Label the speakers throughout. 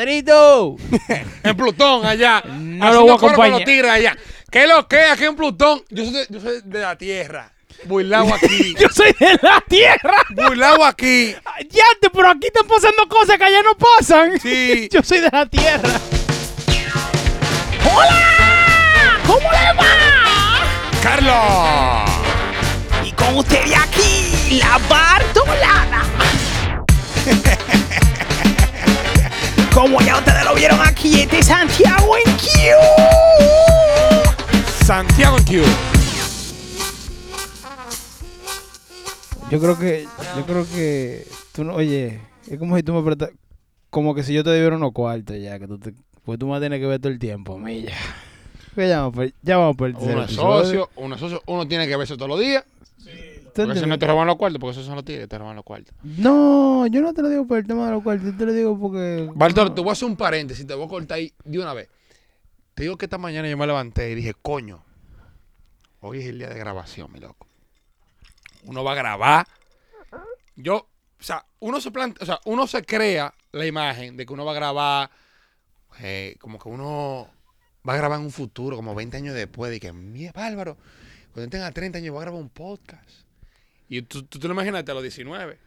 Speaker 1: ¡Compadrito!
Speaker 2: en Plutón, allá.
Speaker 1: No lo voy a
Speaker 2: haciendo coro con
Speaker 1: acompañar.
Speaker 2: los tigres allá. ¿Qué lo que es aquí en Plutón? Yo soy, yo soy de la Tierra. Burlao aquí.
Speaker 1: ¡Yo soy de la tierra!
Speaker 2: burlao aquí.
Speaker 1: Ya, te- pero aquí están pasando cosas que allá no pasan.
Speaker 2: Sí.
Speaker 1: Yo soy de la tierra. ¡Hola! ¿Cómo le va?
Speaker 2: ¡Carlos!
Speaker 1: Y con usted aquí, la Bartolana. Como ya ustedes lo vieron aquí, este Santiago en Q.
Speaker 2: Santiago Q.
Speaker 1: Yo creo que, yo creo que, tú no, oye, es como si tú me prestas, como que si yo te debiera unos cuartos ya, que tú te, pues tú me vas a tener que ver todo el tiempo, milla. Que Ya vamos por, ya vamos por el tercer
Speaker 2: Uno es
Speaker 1: episodio.
Speaker 2: socio, uno es socio, uno tiene que verse todos los días.
Speaker 1: ¿Tú
Speaker 2: Porque si no
Speaker 1: entiendes?
Speaker 2: te roban los cuartos, porque esos son los tigres, te roban los cuartos.
Speaker 1: No, yo no te lo digo por el tema de los cuartos, yo te lo digo porque...
Speaker 2: Bartolo, te voy a hacer un paréntesis, te voy a cortar ahí de una vez. Te digo que esta mañana yo me levanté y dije, coño, hoy es el día de grabación, mi loco. Uno va a grabar. Yo, o sea, uno se plantea, o sea, uno se crea la imagen de que uno va a grabar, eh, como que uno va a grabar en un futuro, como 20 años después, y que, mía, bárbaro, cuando yo tenga 30 años voy a grabar un podcast. Y tú, tú te lo imaginaste a los 19.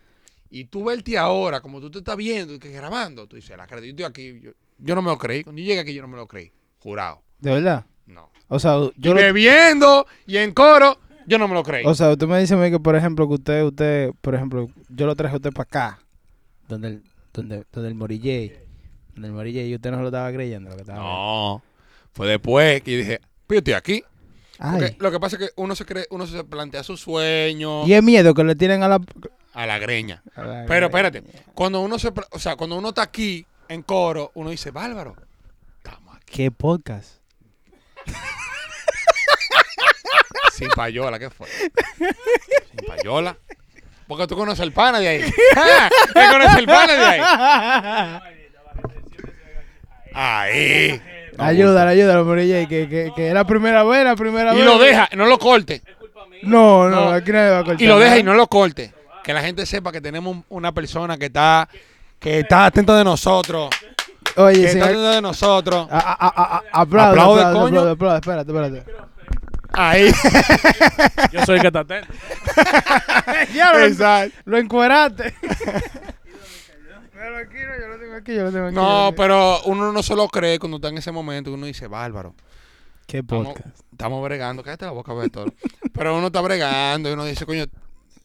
Speaker 2: Y tú verte ahora, como tú te estás viendo y que grabando, tú dices, la cara, yo estoy aquí, yo, yo no me lo creí. Cuando yo llegué aquí, yo no me lo creí. Jurado.
Speaker 1: ¿De verdad?
Speaker 2: No.
Speaker 1: O sea,
Speaker 2: Yo
Speaker 1: yo lo-
Speaker 2: Bebiendo y en coro, yo no me lo creí.
Speaker 1: o sea, tú me dices a mí que, por ejemplo, que usted, usted, por ejemplo, yo lo traje a usted para acá, donde el, donde, donde el Morillé, donde el Morillé, y usted no se lo estaba creyendo lo que estaba
Speaker 2: no. Fue después que yo dije, pero yo estoy aquí.
Speaker 1: viendo.
Speaker 2: Porque
Speaker 1: Ay.
Speaker 2: lo que pasa es que uno se cree, uno se plantea sus sueños
Speaker 1: Y es miedo que le tienen a la...
Speaker 2: a la greña.
Speaker 1: a la-
Speaker 2: Pero espérate, cuando uno se, pla- o sea, cuando uno está aquí en coro, uno dice, bárbaro, estamos aquí.
Speaker 1: ¿Qué podcast?
Speaker 2: Sin payola, ¿qué fue? Sin payola. Porque tú conoces el pana de ahí. ¿Qué conoces el pana de ahí? Ahí.
Speaker 1: ayúdalo, ayúdalo, Morillé, que, que, que es la primera vez, la primera
Speaker 2: Y
Speaker 1: vez.
Speaker 2: lo deja, no lo corte.
Speaker 1: No, no,
Speaker 2: No.
Speaker 1: aquí nadie va a cortar.
Speaker 2: Y lo deja y
Speaker 1: nada.
Speaker 2: no lo corte. Que la gente sepa que tenemos un- una persona que está que está atenta de nosotros. Que
Speaker 1: Oye,
Speaker 2: está
Speaker 1: señor,
Speaker 2: atenta de nosotros.
Speaker 1: a- a- a- a- aplaude,
Speaker 2: Aplaude,
Speaker 1: aplaude,
Speaker 2: coño.
Speaker 1: aplaude, aplaude, espérate, espérate.
Speaker 2: Ahí.
Speaker 3: Yo soy el que está atento.
Speaker 1: Ya lo,
Speaker 2: Exacto.
Speaker 1: lo encueraste. Pero aquí no, yo lo tengo aquí, yo lo tengo aquí. yo lo
Speaker 2: No,
Speaker 1: tengo-
Speaker 2: pero uno no se lo cree cuando está en ese momento. Uno dice, bárbaro.
Speaker 1: Qué
Speaker 2: Estamos,
Speaker 1: podcast.
Speaker 2: estamos bregando. Cállate la boca, Bertolo. Pero uno está bregando y uno dice, coño,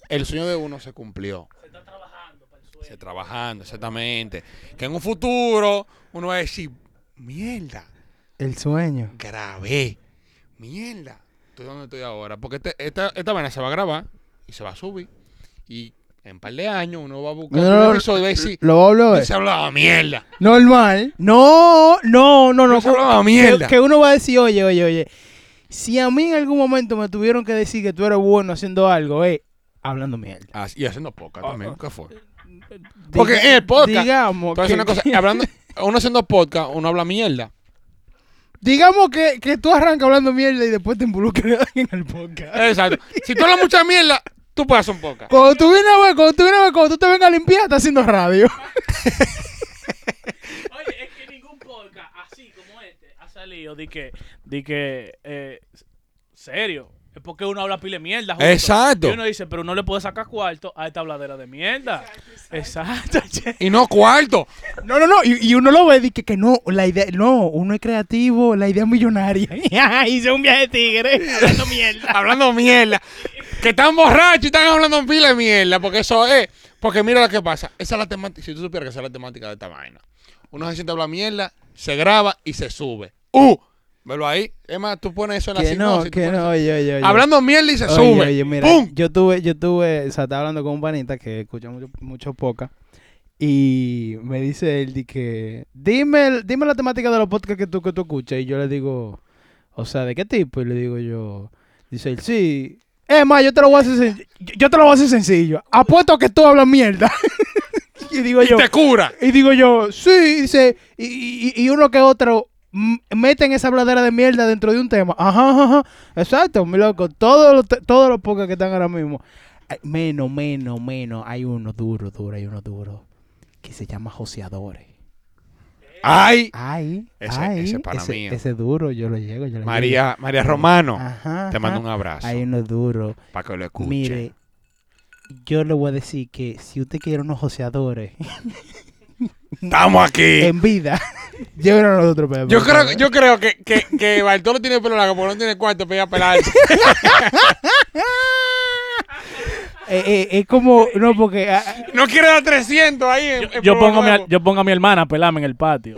Speaker 2: el sueño de uno se cumplió. Se está trabajando Se trabajando, exactamente. Que en un futuro uno va a decir, mierda,
Speaker 1: El sueño.
Speaker 2: grabé. Mierda, estoy donde estoy ahora. Porque este- esta, esta vaina se va a grabar y se va a subir. Y en un par de años uno va a buscar
Speaker 1: No, no,
Speaker 2: un episodio y va a decir,
Speaker 1: Lo hablo
Speaker 2: se hablaba mierda.
Speaker 1: normal. No, no, no, no.
Speaker 2: No se hablaba
Speaker 1: que,
Speaker 2: mierda.
Speaker 1: que uno va a decir, oye, oye, oye, si a mí en algún momento me tuvieron que decir que tú eres bueno haciendo algo, eh, hablando mierda.
Speaker 2: Ah, y haciendo poca también, ¿qué fue?
Speaker 1: Diga-
Speaker 2: Porque en el podcast,
Speaker 1: digamos
Speaker 2: Te voy a decir
Speaker 1: que,
Speaker 2: una cosa, hablando, uno haciendo podcast, uno habla mierda.
Speaker 1: digamos que, que tú arrancas hablando mierda y después te involucras en el podcast.
Speaker 2: Exacto. Si tú hablas mucha mierda, tú puedes hacer un podcast.
Speaker 1: Cuando tú vienes a ver, cuando tú vienes a ver, cuando tú te vengas a limpiar, estás haciendo radio.
Speaker 3: Oye, es que ningún podcast así como este ha salido de que, de que eh, serio. Es porque uno habla pile mierda. junto.
Speaker 2: Exacto.
Speaker 3: Y uno dice, pero no le puede sacar cuarto a esta habladera de mierda. Exacto. che.
Speaker 2: Y no cuarto.
Speaker 1: No, no, no. Y, y uno lo ve y dice que no, la idea, no, uno es creativo, la idea es millonaria. Hice un viaje de tigre hablando mierda.
Speaker 2: Hablando mierda. Que están borrachos y están hablando pila de mierda. Porque eso es. Porque mira lo que pasa. Esa es la temática. Si tú supieras que esa es la temática de esta vaina. Uno se siente a hablar mierda, se graba y se sube. ¡Uh! Velo ahí. Es más, tú pones eso en la
Speaker 1: Que no,
Speaker 2: sinopsis, tú
Speaker 1: que
Speaker 2: pones-
Speaker 1: no, oye, oye, oye.
Speaker 2: Hablando mierda y se
Speaker 1: Oye,
Speaker 2: sube.
Speaker 1: oye, mira,
Speaker 2: ¡Pum!
Speaker 1: yo tuve, yo tuve, o sea, estaba hablando con un panita que escucha mucho, mucho poca y me dice él di que dime, el- dime la temática de los podcasts que tú que tú escuchas y yo le digo, o sea, ¿de qué tipo? Y le digo yo, dice él, sí. Es más, yo te lo voy a hacer sen- yo- yo te lo voy a hacer sencillo. Apuesto que tú hablas mierda. y digo
Speaker 2: Y
Speaker 1: yo,
Speaker 2: te cura.
Speaker 1: y digo yo, sí, y dice, y, y- y uno que otro mm, meten esa bladera de mierda dentro de un tema. Ajá, ajá, ajá. Exacto, mi loco. Todos los, te- todos los podcasts que están ahora mismo. Ay, Menos, menos, menos. Hay uno duro, duro, hay uno duro. Que se llama Joseadores.
Speaker 2: ¡Ay!
Speaker 1: Ay,
Speaker 2: Ese-
Speaker 1: ay,
Speaker 2: ese pana
Speaker 1: ese,
Speaker 2: mío.
Speaker 1: ese duro, yo lo llego, yo lo llego.
Speaker 2: María, María Romano,
Speaker 1: Ajá,
Speaker 2: te mando
Speaker 1: ajá.
Speaker 2: un abrazo
Speaker 1: Hay uno duro.
Speaker 2: para que lo escuche.
Speaker 1: Mire, yo le voy a decir que si usted quiere unos joseadores
Speaker 2: ¡Estamos aquí!
Speaker 1: en vida, llévenos a nosotros. para-
Speaker 2: Eh. Yo
Speaker 1: para-
Speaker 2: creo, yo creo que, que, que Bartolo tiene pelo largo porque no tiene cuarto para ir a pelarse.
Speaker 1: Eh, eh, es como, no, porque ah, ah,
Speaker 2: No quiere dar 300 ahí. en- en
Speaker 3: Yo
Speaker 2: Pueblo
Speaker 3: pongo, a mi,
Speaker 2: Nuevo.
Speaker 3: al- yo pongo a mi hermana a pelarme en el patio.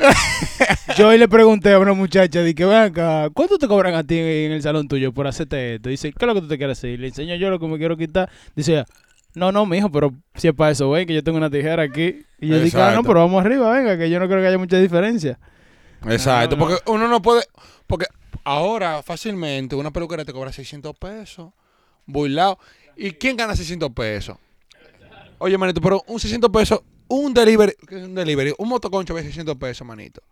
Speaker 1: yo hoy le pregunté a una muchacha, dije, ven acá, ¿cuánto te cobran a ti en el salón tuyo por hacerte esto? Dice, ¿qué es lo que tú te quieres hacer? Le enseño yo lo que me quiero quitar. Dice, ella, no, no, mijo, pero si es para eso, ven, que yo tengo una tijera aquí. Y yo dije, ah, no,
Speaker 2: Exacto.
Speaker 1: pero vamos arriba, venga, que yo no creo que haya mucha diferencia.
Speaker 2: Exacto,
Speaker 1: No, no.
Speaker 2: porque uno no puede. Porque ahora fácilmente una peluquera te cobra 600 pesos, burlado. ¿Y quién gana 600 pesos? Oye, manito, pero un 600 pesos, un delivery, ¿qué es un delivery? Un motoconcho vale 600 pesos, manito.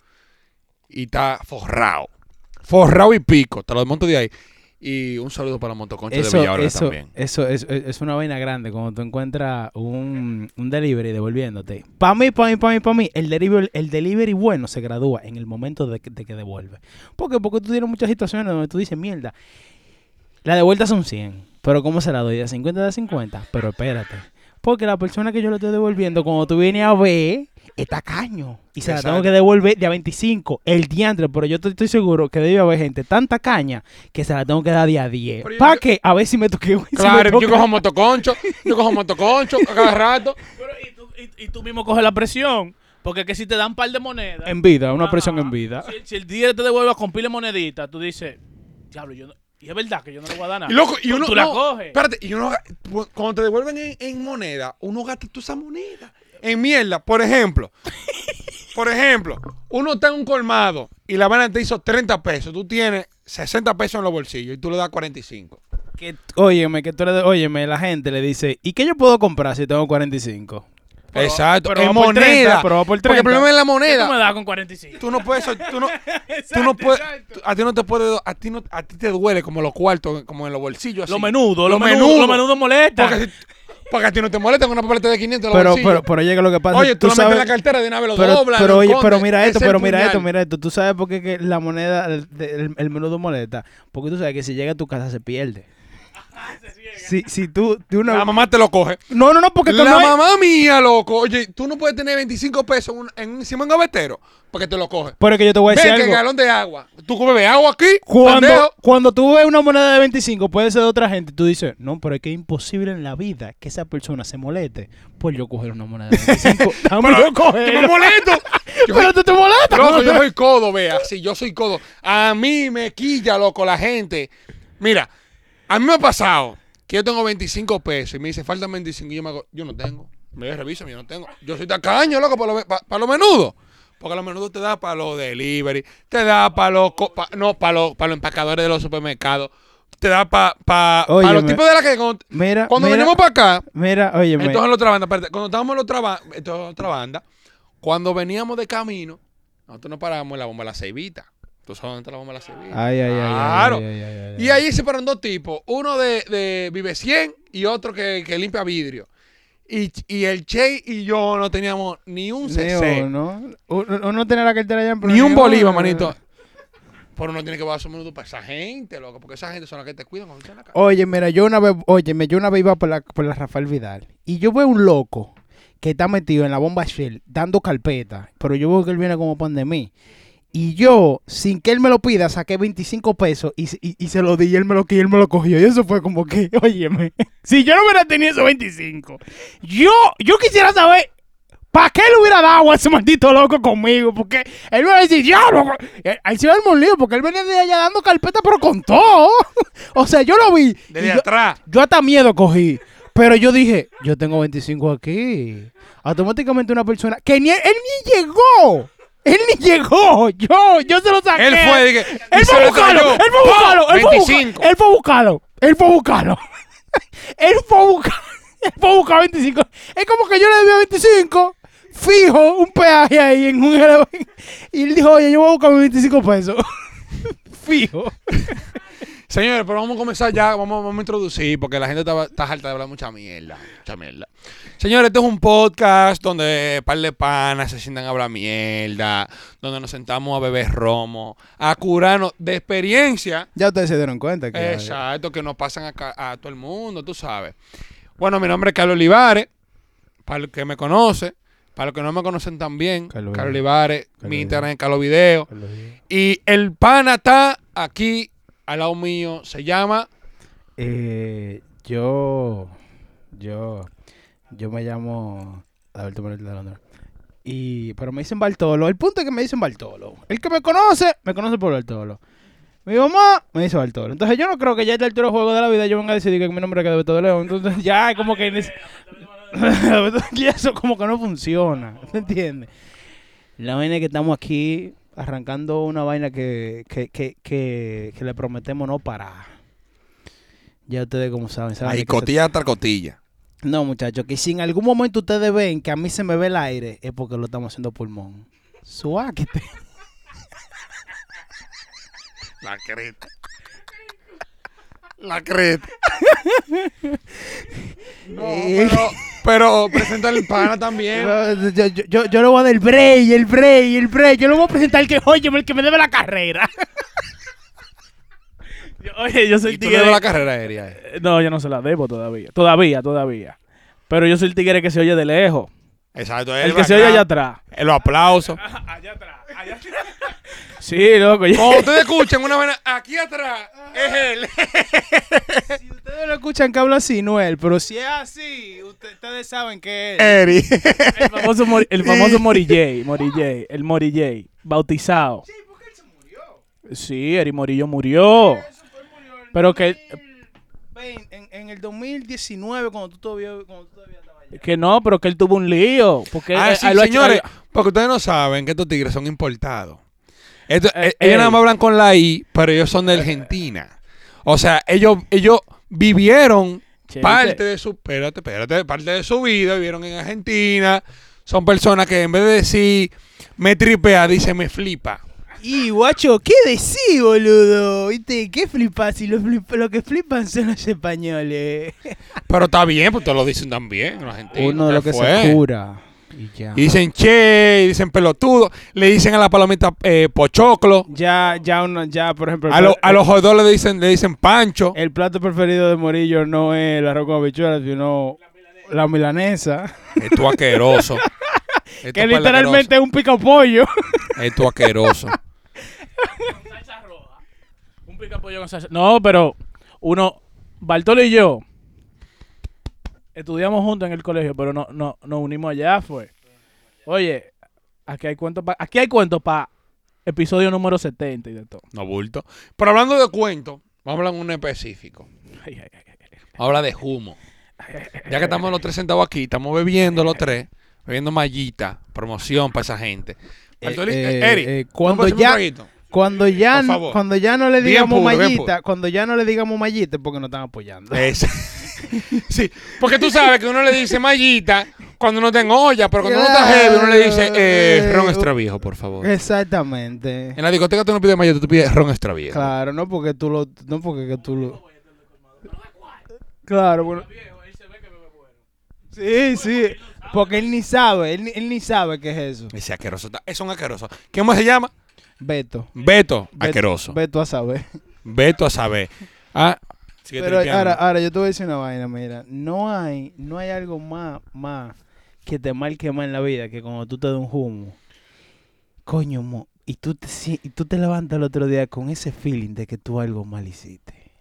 Speaker 2: Y está forrado. Forrado y pico, te lo desmonto de ahí. Y un saludo para los motoconchos de
Speaker 1: Eso,
Speaker 2: Villarreal
Speaker 1: eso,
Speaker 2: también.
Speaker 1: eso es, es- es una vaina grande cuando tú encuentras un, un delivery devolviéndote. Para mí, para mí, para mí, para mí, el delivery, el delivery bueno se gradúa en el momento de que, de que devuelve. ¿Por qué? Porque tú tienes muchas situaciones donde tú dices, mierda, la de vuelta son 100, pero ¿cómo se la doy? ¿De 50 de 50? Pero espérate. Porque la persona que yo le estoy devolviendo, cuando tú vienes a ver, está caño. Y se la
Speaker 2: Exacto.
Speaker 1: tengo que devolver de a 25, el diantre. Pero yo te- estoy seguro que debe haber gente tanta caña que se la tengo que dar de a 10.
Speaker 2: Pero yo-
Speaker 1: ¿Para qué? A ver si me toque. si me
Speaker 2: Claro,
Speaker 1: toca.
Speaker 2: yo cojo motoconcho, yo cojo motoconcho a cada rato.
Speaker 3: Pero, y, tú, y- y tú mismo coges la presión. Porque es que si te dan un par de monedas.
Speaker 1: En vida, una
Speaker 2: Ah.
Speaker 3: Ajá.
Speaker 1: presión en vida.
Speaker 3: Si, si el día te devuelve con pile moneditas, tú dices, diablo, yo no- Y es verdad que yo no le voy a dar nada.
Speaker 2: Y loco, y
Speaker 3: Ah. Tú-
Speaker 2: uno.
Speaker 3: tú la
Speaker 2: no,
Speaker 3: coges.
Speaker 2: Espérate, y uno. ga- Cuando te devuelven en, en moneda, uno gasta toda esa moneda. En mierda, por ejemplo. por ejemplo, uno está en un colmado y la vaina te hizo 30 pesos. Tú tienes 60 pesos en los bolsillos y tú le das 45.
Speaker 1: Que, óyeme, que tú le, óyeme, la gente le dice, ¿y qué yo puedo comprar si tengo 45?
Speaker 3: Pero-
Speaker 2: Exacto,
Speaker 3: pero
Speaker 2: en
Speaker 3: va por
Speaker 2: moneda.
Speaker 1: 30, pero va por
Speaker 2: Porque el
Speaker 1: 30.
Speaker 2: problema es la
Speaker 3: ¿Qué tú me
Speaker 2: moneda.
Speaker 3: das con 45?
Speaker 2: Tú no puedes. sol- Tú no, tú no
Speaker 3: Exacto,
Speaker 2: puedes.
Speaker 3: exacto.
Speaker 2: tú- A ti no te puede. A ti, no, a ti te duele como los cuartos, como en los bolsillos.
Speaker 3: Lo
Speaker 2: así.
Speaker 3: menudo, lo menudo, lo menudo molesta.
Speaker 2: Porque, si- porque a ti no te molesta con una papeleta de 500 en los
Speaker 1: Pero,
Speaker 2: bolsillos.
Speaker 1: pero, pero llega lo que pasa.
Speaker 2: Oye, tú, lo metes en
Speaker 1: sabes-
Speaker 2: la cartera de una vez lo
Speaker 1: pero,
Speaker 2: doblan.
Speaker 1: pero
Speaker 2: lo
Speaker 1: oye,
Speaker 2: esconden.
Speaker 1: pero mira
Speaker 2: Es
Speaker 1: esto,
Speaker 2: el
Speaker 1: pero mira
Speaker 2: puñal.
Speaker 1: esto, mira esto. Tú sabes por qué que la moneda, el, el- el menudo molesta. Porque tú sabes que si llega a tu casa se pierde. Si, si tú de una-
Speaker 2: Ah, La mamá te lo coge.
Speaker 1: No, no, no, porque tú
Speaker 2: la
Speaker 1: no hay-
Speaker 2: mamá mía, loco. Oye, tú no puedes tener 25 pesos en un- en un encima de un gavetero porque te lo coge.
Speaker 1: Pero es que yo te voy a
Speaker 2: Ven
Speaker 1: decir
Speaker 2: que el
Speaker 1: Pues algo.
Speaker 2: galón de agua. Tú bebes agua aquí.
Speaker 1: Cuando,
Speaker 2: pendejo.
Speaker 1: cuando tú ves una moneda de 25, puede ser de otra gente, tú dices, no, pero es que es imposible en la vida que esa persona se moleste por yo coger una moneda de 25. Dame
Speaker 2: Pero-
Speaker 1: yo cogerlo.
Speaker 2: Yo me molesto. Yo
Speaker 1: Pero
Speaker 2: soy-
Speaker 1: tú te molestas.
Speaker 2: Loco, yo soy codo, vea. Sí, yo soy codo. A mí me quilla, loco, la gente. Mira, a mí me ha pasado que yo tengo 25 pesos y me dice, faltan 25 y yo me hago, yo no tengo. Me reviso, yo no tengo. Yo soy tacaño, loco, para lo, pa- pa lo menudo. Porque lo menudo te da para los delivery, te da para los, co- pa- no, para los, para los empacadores de los supermercados, te da para los
Speaker 1: Óyeme.
Speaker 2: tipos de la que cuando,
Speaker 1: Mira,
Speaker 2: cuando
Speaker 1: mira,
Speaker 2: venimos para acá,
Speaker 1: mira, oye,
Speaker 2: entonces en la otra banda, espérate, cuando estábamos en la otra, ba- entonces, en la otra banda, cuando veníamos de camino, nosotros nos parábamos en la bomba de la ceibita. ¿Tú sabes dónde está la bomba de la ceibita?
Speaker 1: Ay, ay, ay, ay,
Speaker 2: Claro.
Speaker 1: ay, ay, ay, ay, ay.
Speaker 2: Y ahí se pararon dos tipos, uno de, de Vive 100 y otro que, que limpia vidrio. Y, y el Che y yo no teníamos ni un CC,
Speaker 1: Leo, ¿no? Uno, uno tiene la cartera allá en
Speaker 2: ni
Speaker 1: Prounión,
Speaker 2: un bolívar,
Speaker 1: eh,
Speaker 2: manito. Pero uno tiene que bajar su minuto para esa gente, loco, porque esa gente son las que te cuidan cuando están en la calle.
Speaker 1: Oye, mira, yo una vez, oye, yo una vez iba por la, por la Rafael Vidal y yo veo un loco que está metido en la bomba Shell dando carpeta, pero yo veo que él viene como pan de mí. Y yo, sin que él me lo pida, saqué 25 pesos y, se- y- y se lo di y él me lo, y él me lo cogió. Y eso fue como que, óyeme, si yo no hubiera tenido esos 25, yo, yo quisiera saber ¿Para qué le hubiera dado a ese maldito loco conmigo? Porque él me va a decir, ya, loco. Eh, Ahí se va el lío, porque él venía de allá dando carpeta, pero con todo. o sea, yo lo vi. y
Speaker 2: Desde
Speaker 1: yo,
Speaker 2: atrás.
Speaker 1: yo hasta miedo cogí. Pero yo dije, yo tengo 25 aquí. Automáticamente una persona que ni él, ni llegó. Él ni llegó. Yo, yo se lo saqué.
Speaker 2: Él fue, dije, y
Speaker 1: Él
Speaker 2: se
Speaker 1: fue a
Speaker 2: lo
Speaker 1: buscarlo.
Speaker 2: cayó.
Speaker 1: Él fue a buscarlo. Él fue a buscarlo.
Speaker 2: 25.
Speaker 1: Él fue a buscarlo. Él fue a buscarlo. Él fue a buscar. Él fue a buscar 25. Es como que yo le debía 25. Fijo, un peaje ahí en un elevador. Y él dijo, oye, yo voy a buscar mis 25 pesos. fijo.
Speaker 2: Señores, pero vamos a comenzar ya, vamos, vamos a introducir, porque la gente está, está harta de hablar mucha mierda, mucha mierda. Señores, este es un podcast donde par de panas se sientan a hablar mierda, donde nos sentamos a beber romo, a curarnos de experiencia.
Speaker 1: Ya ustedes se dieron cuenta
Speaker 2: Eh,
Speaker 1: que...
Speaker 2: Exacto, que nos pasan a, ca- a todo el mundo, tú sabes. Bueno, mi nombre es Carlos Olivares, para el que me conoce, para los que no me conocen también,
Speaker 1: Carlos
Speaker 2: Carlos Olivares, mi
Speaker 1: Olivares.
Speaker 2: Instagram es Carlos Video. Y el pana está aquí al lado mío, se llama
Speaker 1: Eh, yo, yo, yo me llamo Alberto Manuel de Londra. Y, pero me dicen Bartolo. El punto es que me dicen Bartolo. El que me conoce, me conoce por Bartolo. Mi mamá me dice Bartolo. Entonces yo no creo que ya el altura del juego de la vida yo venga a decidir que mi nombre es Alberto de León. Entonces ya como que... en ese- y eso como que no funciona. ¿Te entiendes? La vaina es que estamos aquí arrancando una vaina que, que, que, que, que le prometemos no parar. Ya ustedes como saben. saben de qué se
Speaker 2: tras cotilla.
Speaker 1: no, muchachos, que si en algún momento ustedes ven que a mí se me ve el aire, es porque lo estamos haciendo pulmón. Suáquete.
Speaker 2: La creta. La creta. No, pero, pero presenta el pana también.
Speaker 1: Yo, yo, yo, yo le voy a dar el break, el break, el break. Yo le voy a presentar el que, oye, el que me debe la carrera.
Speaker 3: Yo- Oye, yo soy
Speaker 2: Y tú le das
Speaker 3: tigre.
Speaker 2: la carrera aérea. eh.
Speaker 3: Eh, No, yo no se la debo todavía. Todavía, todavía. Pero yo soy el tigre que se oye de lejos.
Speaker 2: Exacto.
Speaker 3: El que se oye allá atrás.
Speaker 2: Los aplausos.
Speaker 3: Allá atrás, allá atrás. Sí, loco. yo-
Speaker 2: Cuando ustedes escuchan una vaina aquí atrás, es él.
Speaker 1: Si ustedes lo escuchan que habla así, no él, pero si es así, usted- ustedes saben que es.
Speaker 2: Eri.
Speaker 3: El famoso, Mori- el famoso Morilley, Morilley, el Morilley, bautizado. Sí, Eri Morillo murió. Pero que,
Speaker 1: En, en el 2019, cuando tú todavía, cuando tú todavía estabas allá.
Speaker 3: que no, pero que él tuvo un lío. Porque
Speaker 2: Ah,
Speaker 3: él-
Speaker 2: sí,
Speaker 3: él eh, lo ha hecho-
Speaker 2: señores, porque ustedes no saben que estos tigres son importados. Esto-
Speaker 3: Eh,
Speaker 2: eh, ellos
Speaker 3: eh.
Speaker 2: nada más hablan con la I, pero ellos son de Argentina. O sea, ellos, ellos vivieron
Speaker 3: Che,
Speaker 2: parte
Speaker 3: ¿viste?
Speaker 2: de su, espérate, espérate, parte de su vida, vivieron en Argentina. Son personas que en vez de decir me tripea, dicen me flipa.
Speaker 1: Y guacho, ¿qué decís, boludo? ¿Viste? ¿Qué flipas? Y lo, flip- lo que flipan son los españoles.
Speaker 2: Pero está bien, pues te lo dicen también en Argentina.
Speaker 1: Uno de los
Speaker 2: ¿qué
Speaker 1: que
Speaker 2: fue?
Speaker 1: se cura. Y ya.
Speaker 2: Y dicen che, y dicen pelotudo, le dicen a la palomita eh, pochoclo,
Speaker 1: Ya, ya, uno, ya, por ejemplo. el
Speaker 2: a, lo-
Speaker 1: pla-
Speaker 2: a
Speaker 3: eh.
Speaker 2: los jodores le dicen, le dicen pancho.
Speaker 1: El plato preferido de Morillo no es el arroz con habichuelas, sino la milanesa.
Speaker 2: Esto asqueroso. Esto
Speaker 1: Que literalmente es un pica pollo.
Speaker 2: Esto asqueroso.
Speaker 3: salsa roja. Un pica pollo con salsa. No, pero uno, Bartolo y yo estudiamos juntos en el colegio, pero no, no, nos unimos allá, fue. Oye, aquí hay cuentos para, aquí hay cuentos para episodio número 70 y de todo.
Speaker 2: No bulto. Pero hablando de cuentos, vamos a hablar en un específico.
Speaker 3: Ay, ay, ay, ay.
Speaker 2: Habla de humo. Ya que estamos los tres sentados aquí, estamos bebiendo los tres, bebiendo mallita, promoción para esa gente. Bartoli-
Speaker 1: eh,
Speaker 2: eh, Eri,
Speaker 1: eh,
Speaker 2: ¿tú
Speaker 1: cuando
Speaker 2: puedes hacerme un
Speaker 1: ya-
Speaker 2: traguito?
Speaker 1: Cuando ya,
Speaker 2: Por favor.
Speaker 1: cuando ya no le
Speaker 2: Bien
Speaker 1: digamos
Speaker 2: puro, bien
Speaker 1: mallita,
Speaker 2: puro. Eh.
Speaker 1: cuando ya no le digamos mallita es porque no están apoyando.
Speaker 2: Es- sí, porque tú sabes que uno le dice mallita cuando no tengo olla, pero cuando uno está heavy, uno le dice eh, ron extra viejo, por favor.
Speaker 1: Eh. Exactamente.
Speaker 2: En la discoteca tú no pides mallita, tú pides ron extra viejo.
Speaker 1: Claro, no porque tú lo, no porque que tú lo. Claro, bueno. Sí, sí, porque él ni sabe, él, ni- él ni sabe qué es eso.
Speaker 2: Ese asqueroso. está- Es un asqueroso. ¿Cómo se llama?
Speaker 1: Beto.
Speaker 2: Beto.
Speaker 1: Beto-
Speaker 2: Asqueroso.
Speaker 1: Beto a saber.
Speaker 2: Beto a saber. Ah, sigue
Speaker 1: Pero
Speaker 2: tripeando.
Speaker 1: ahora, ahora yo te voy a decir una vaina, mira, no hay, no hay algo más, más que te marque más en la vida que cuando tú te das un humo, coño, mo, y tú te sien- y tú te levantas el otro día con ese feeling de que tú algo mal hiciste.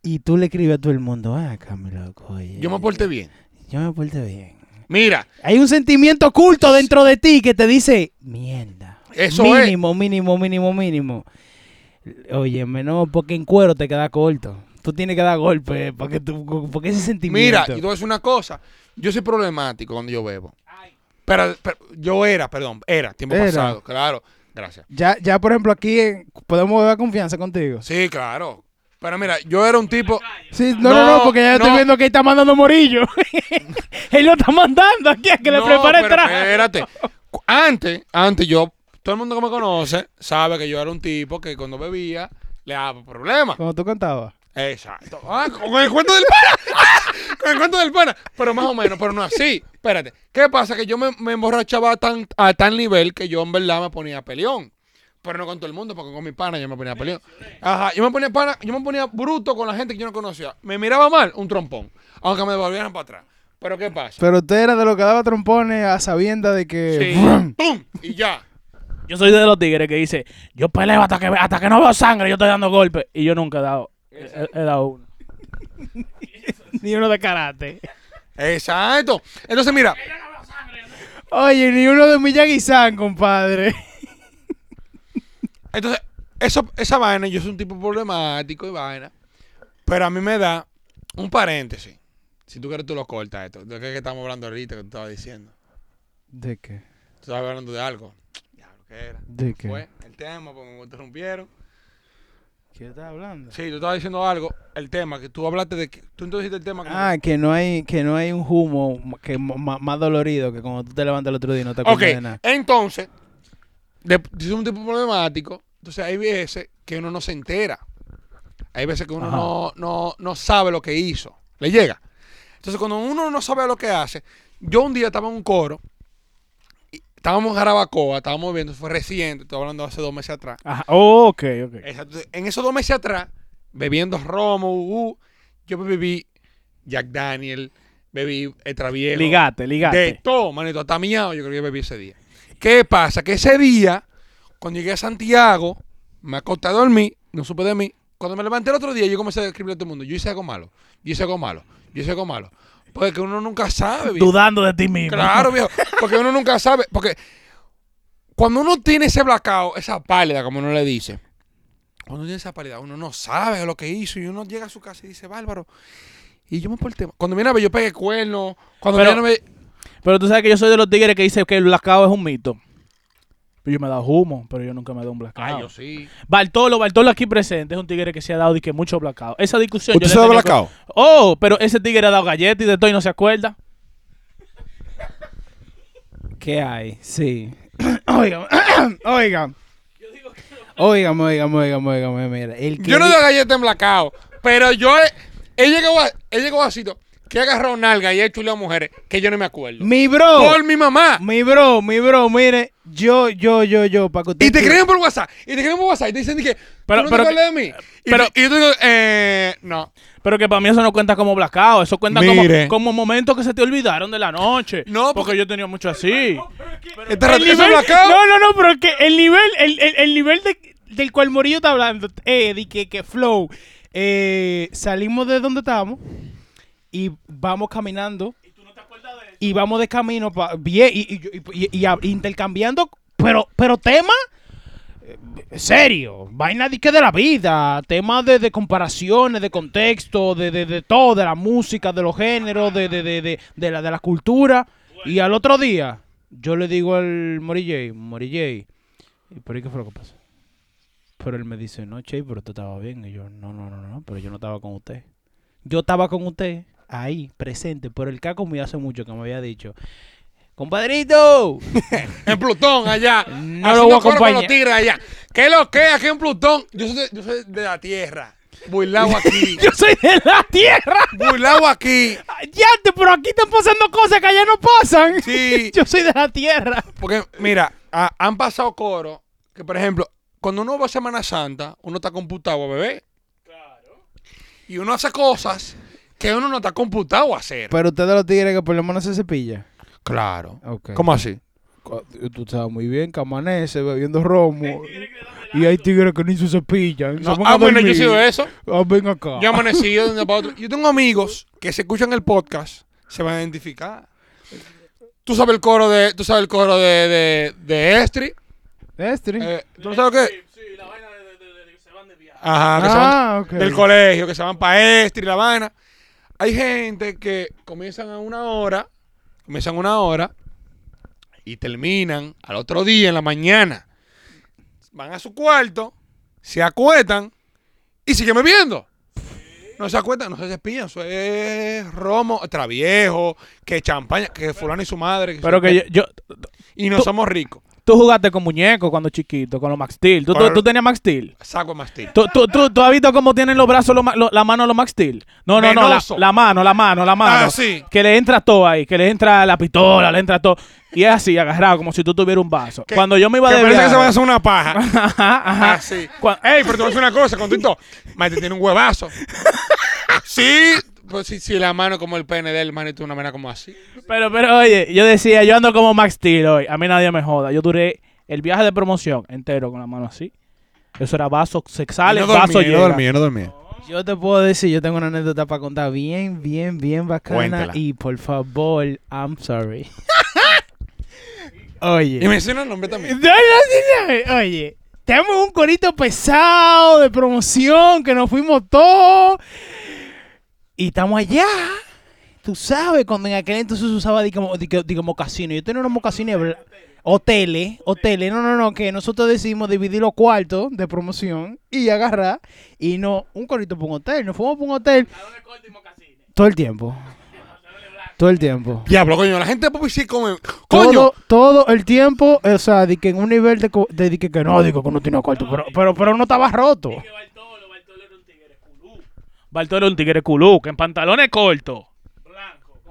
Speaker 1: Y tú le escribes a todo el mundo, ah, Camilo, loco, oye,
Speaker 2: Yo me porté bien.
Speaker 1: Yo me porté bien.
Speaker 2: Mira,
Speaker 1: Hay un sentimiento oculto dentro de ti que te dice, mierda.
Speaker 2: Eso es.
Speaker 1: mínimo, mínimo, mínimo, mínimo. Óyeme, no, porque en cuero te queda corto. Tú tienes que dar golpes porque, tú, porque ese sentimiento.
Speaker 2: mira, y te voy a decir una cosa. Yo soy problemático cuando yo bebo. Pero, pero- yo era, perdón, era, tiempo
Speaker 1: Era.
Speaker 2: pasado, claro. Gracias.
Speaker 1: ya, ya, por ejemplo, aquí eh, podemos dar confianza contigo.
Speaker 2: Sí, claro. Pero mira, yo era un tipo.
Speaker 1: Sí, no, no,
Speaker 2: No,
Speaker 1: no, porque ya yo estoy
Speaker 2: no.
Speaker 1: viendo que él está mandando morillo. él lo está mandando aquí a que le
Speaker 2: No,
Speaker 1: prepare el
Speaker 2: pero
Speaker 1: traje.
Speaker 2: Espérate. Cu- Antes, antes yo, todo el mundo que me conoce sabe que yo era un tipo que cuando bebía le da problema.
Speaker 1: Como tú contabas.
Speaker 2: Exacto. Ah, con el cuento del pana. con el cuento del pana. Pero más o menos, pero no así. Espérate. ¿Qué pasa? Que yo me, me emborrachaba a tan, a tal nivel que yo en verdad me ponía peleón. Pero no con todo el mundo, porque con mi pana yo me ponía peleón. Ajá, yo me ponía pana, yo me ponía bruto con la gente que yo no conocía. Me miraba mal, un trompón. Aunque me devolvieran para atrás. Pero ¿qué pasa?
Speaker 1: Pero usted era de lo que daba trompones a sabienda de que.
Speaker 2: Sí. ¡Pum! Y ya.
Speaker 3: Yo soy de los tigres que dice, yo peleo hasta que, hasta que no veo sangre, yo estoy dando golpes. Y yo nunca he dado, he, he dado uno.
Speaker 1: Ni uno de karate.
Speaker 2: Exacto. Entonces, mira.
Speaker 1: Oye, ni uno de Miyagi-san, compadre.
Speaker 2: Entonces, eso, esa vaina, yo soy un tipo problemático y vaina. Pero a mí me da un paréntesis. Si tú quieres, tú lo cortas esto. ¿De qué es que estamos hablando ahorita que tú estabas diciendo?
Speaker 1: ¿De qué?
Speaker 2: Tú estabas hablando de algo. Diablo, ¿qué era?
Speaker 1: ¿De qué?
Speaker 2: Fue el tema, porque me interrumpieron.
Speaker 1: ¿Qué estás hablando?
Speaker 2: Sí, tú estabas diciendo algo. El tema, que tú hablaste de. que- Tú introduciste el tema. como-
Speaker 1: Ah, que no hay, que no hay un humo que mo- ma- más dolorido que cuando tú te levantas el otro día y no te acuerdas
Speaker 2: Ok,
Speaker 1: de nada.
Speaker 2: entonces, de, si es un tipo problemático, entonces hay veces que uno no se entera. Hay veces que uno
Speaker 3: Ajá.
Speaker 2: no, no, no sabe lo que hizo. Le llega. Entonces, cuando uno no sabe lo que hace, yo un día estaba en un coro, y estábamos en Jarabacoa, estábamos viendo, fue reciente, estoy hablando hace dos meses atrás.
Speaker 3: Ajá. Oh, ok, ok.
Speaker 2: Exacto. En esos dos meses atrás, bebiendo romo, uh, uh, yo bebí Jack Daniel, bebí el traviejo.
Speaker 3: Ligate, ligate.
Speaker 2: De todo, manito, hasta miado yo creo que bebí ese día. ¿Qué pasa? Que ese día, cuando llegué a Santiago, me acosté a dormir, no supe de mí. Cuando me levanté el otro día, yo comencé a escribirle a todo el mundo. Yo hice algo malo, yo hice algo malo, yo hice algo malo. Porque uno nunca sabe, viejo.
Speaker 3: Dudando de ti mismo.
Speaker 2: Claro, viejo. Porque uno nunca sabe. Porque cuando uno tiene ese blackout, esa pálida, como uno le dice, cuando uno tiene esa pálida, uno no sabe lo que hizo y uno llega a su casa y dice, bárbaro. Y yo me porté. mal". Cuando viene a ver, yo pegué cuerno. Cuando
Speaker 3: Pero-
Speaker 2: viene a ver.
Speaker 3: Pero tú sabes que yo soy de los tigres que dice que el blackout es un mito. Pero yo me he dado humo, pero yo nunca me he dado un blackout.
Speaker 2: Ay, yo sí.
Speaker 3: Bartolo, Bartolo aquí presente es un tigre que se ha dado y que mucho blackout. Esa discusión
Speaker 2: ¿Usted
Speaker 3: yo le
Speaker 2: se ha dado
Speaker 3: tenía con-
Speaker 2: blackout?
Speaker 3: Oh, pero ese tigre ha dado galletas y de todo y no se acuerda.
Speaker 1: ¿Qué hay? Sí. oigan, oigan. Oigan, oigan, oigan, oigan, mira. El que
Speaker 2: Yo no
Speaker 1: di-
Speaker 2: doy galleta en blackout. Pero yo he, he llegado a. He llegado a sitio que he agarrado nalga y he chuleado mujeres que yo no me acuerdo.
Speaker 1: Mi bro.
Speaker 2: Por mi mamá.
Speaker 1: Mi bro, mi bro, mire. Yo, yo, yo, yo, Paco.
Speaker 2: Y te escriben por WhatsApp. Y te escriben por WhatsApp. Y te dicen que.
Speaker 3: Pero-
Speaker 2: Pero, no
Speaker 3: pero
Speaker 2: te
Speaker 3: que-
Speaker 2: acuerdas de mí. Y,
Speaker 3: pero-
Speaker 2: y yo te digo, eh. No.
Speaker 3: Pero que para mí eso no cuenta como blackout. Eso cuenta como,
Speaker 2: Mire.
Speaker 3: como momentos que se te olvidaron de la noche.
Speaker 2: No,
Speaker 3: porque,
Speaker 2: porque-
Speaker 3: yo tenía mucho así.
Speaker 2: Este rato- ese blackout.
Speaker 4: no, no, no, pero es que el nivel, el, el- el nivel de- del cual Morillo está hablando, eh, de que, que Flow, eh, salimos de donde estábamos y vamos caminando y vamos de camino pa- bien y, y, y- y- y a- intercambiando, pero, pero tema eh, serio, vaina de que de la vida, tema de, de comparaciones, de contexto, de, de, de todo, de la música, de los géneros, de, de, de, de, de la, de la cultura. Y al otro día, yo le digo al Morilley, Morilley, ¿por ahí qué fue lo que pasó? Pero él me dice, no, Che, pero tú estabas bien. Y yo, no, no, no, no, pero yo no estaba con usted. Yo estaba con usted, ahí, presente, pero el caco me hace mucho que me había dicho, compadrito,
Speaker 2: En Plutón, allá.
Speaker 4: No
Speaker 2: haciendo
Speaker 4: lo voy a
Speaker 2: coro con
Speaker 4: acompañar.
Speaker 2: los tigres allá. ¿Qué lo que es aquí en Plutón? Yo soy de, yo soy de la Tierra. Burlao aquí.
Speaker 4: yo soy de la tierra.
Speaker 2: Burlao aquí.
Speaker 4: Ya, te- pero aquí están pasando cosas que allá no pasan.
Speaker 2: Sí.
Speaker 4: Yo soy de la tierra.
Speaker 2: Porque, mira, ha- han pasado coros que, por ejemplo, cuando uno va a Semana Santa, uno está computado a beber. Y uno hace cosas que uno no está computado a hacer.
Speaker 1: Pero usted de los tigres que por lo menos se cepilla.
Speaker 2: Claro.
Speaker 1: Ok.
Speaker 2: ¿Cómo así?
Speaker 1: Co- eh, Tú sabes muy bien que amanece bebiendo romo. eh, Y hay tigres que ni se cepillan.
Speaker 2: No,
Speaker 1: se van
Speaker 2: ah,
Speaker 1: a
Speaker 2: bueno, yo he
Speaker 1: dormir.
Speaker 2: sido eso.
Speaker 1: Ah, ven acá.
Speaker 2: Yo amanecí de un día para otro. Yo tengo amigos que se escuchan el podcast, se van a identificar. Tú sabes el coro de, tú sabes el coro de, de, de Estri.
Speaker 1: Estri.
Speaker 2: Eh, ¿Tú no sabes qué?
Speaker 3: Sí, la vaina de, que se van de viaje.
Speaker 2: Ajá, que se van
Speaker 1: ah, ok.
Speaker 2: del colegio, que se van para Estri, La Habana. Hay gente que comienzan a una hora, comienzan a una hora y terminan al otro día en la mañana. Van a su cuarto, se acuestan y siguen bebiendo. No se acuestan, no se despillan. Eso es romo, traviejo, que champaña, que fulano y su madre. que
Speaker 3: Pero
Speaker 2: su-
Speaker 3: que yo, yo-
Speaker 2: y no
Speaker 3: tú-
Speaker 2: somos ricos.
Speaker 3: Tú jugaste con muñecos cuando chiquito, con los Max Steel. ¿Tú, tú-
Speaker 2: Con-
Speaker 3: tú tenías Max Steel?
Speaker 2: Saco de mastil.
Speaker 3: ¿Tú, tú, tú, tú has visto cómo tienen los brazos, los ma- lo- la mano los Max Steel? No, no, no, la,
Speaker 2: Venoso.
Speaker 3: la mano, la mano, la mano.
Speaker 2: Ah, sí.
Speaker 3: Que le entra todo ahí, que le entra la pistola, le entra todo. Y es así, agarrado, como si tú tuvieras un vaso.
Speaker 2: Que-
Speaker 3: Cuando yo me
Speaker 2: Que
Speaker 3: iba de
Speaker 2: parece que
Speaker 3: viaje-
Speaker 2: se van a hacer una paja.
Speaker 3: Ajá, ajá.
Speaker 2: Ah, sí.
Speaker 3: Cua-
Speaker 2: Ey, pero te voy a decir una cosa, contito. Maite tiene un huevazo. sí, pues sí, sí, la mano como el pene de él, mano, y tú una mano como así.
Speaker 3: Pero, pero, oye, yo decía, yo ando como Max Steel hoy. A mí nadie me joda. Yo duré el viaje de promoción entero con la mano así. Eso era vaso sexual,
Speaker 2: Y no
Speaker 3: vaso
Speaker 2: dormía, y no
Speaker 3: llega.
Speaker 2: dormía, y no dormía.
Speaker 1: Yo te puedo decir, Eh, yo tengo una anécdota para contar bien, bien, bien bacana.
Speaker 2: Cuéntela.
Speaker 1: Y por favor, I'm sorry. Oye.
Speaker 2: Y menciona el nombre también.
Speaker 4: No, no, sí, no. Oye, tenemos un corito pesado de promoción que nos fuimos todos.
Speaker 1: Y estamos allá. Tú sabes, cuando en aquel entonces se usaba di como, di que- di como casino. Yo tenía unos mocasines bla- hoteles, hoteles. No, no, no, que nosotros decidimos dividir los cuartos de promoción y agarrar. Y no, un corito por un hotel. Nos fuimos por un hotel. Todo el tiempo. Todo el tiempo.
Speaker 2: Diablo, coño, la gente de Popi sí come.
Speaker 1: Todo,
Speaker 2: ¡Coño!
Speaker 1: todo el tiempo, o sea, de que en un nivel de, co- de, de que, que no, digo que no tiene cuarto, pero, pero, pero no estaba roto.
Speaker 3: Bartolo era un tigre culú, que en pantalones cortos.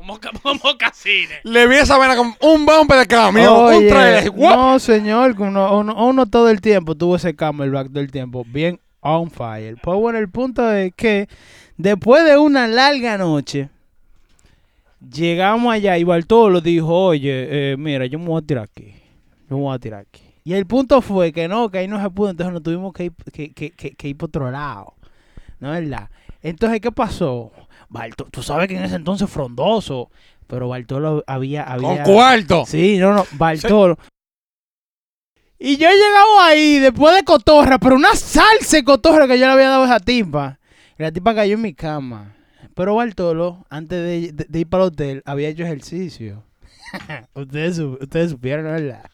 Speaker 2: Le vi esa vena con un bumper de camión, un
Speaker 1: Oye,
Speaker 2: trailer. guap.
Speaker 1: no, señor, que uno, uno, uno todo el tiempo tuvo ese camelback del tiempo, bien on fire. Pues bueno, el punto es que después de una larga noche, llegamos allá y Bartolo dijo, oye, eh, mira, yo me voy a tirar aquí, yo me voy a tirar aquí. Y el punto fue que no, que ahí no se pudo, entonces nos tuvimos que ir, que, que, que, que ir por otro lado, ¿no es verdad? Entonces, ¿qué pasó? Bartolo, tú sabes que en ese entonces frondoso, pero Bartolo había...
Speaker 2: Con
Speaker 1: había
Speaker 2: cuarto.
Speaker 1: Sí, no, no, Bartolo. Y yo he llegado ahí después de cotorra, pero una salsa de cotorra que yo le había dado a esa tipa. Y la tipa cayó en mi cama. Pero Bartolo, antes de, de- de ir para el hotel, había hecho ejercicio. ustedes, su- ustedes supieron, ¿no es ¿verdad?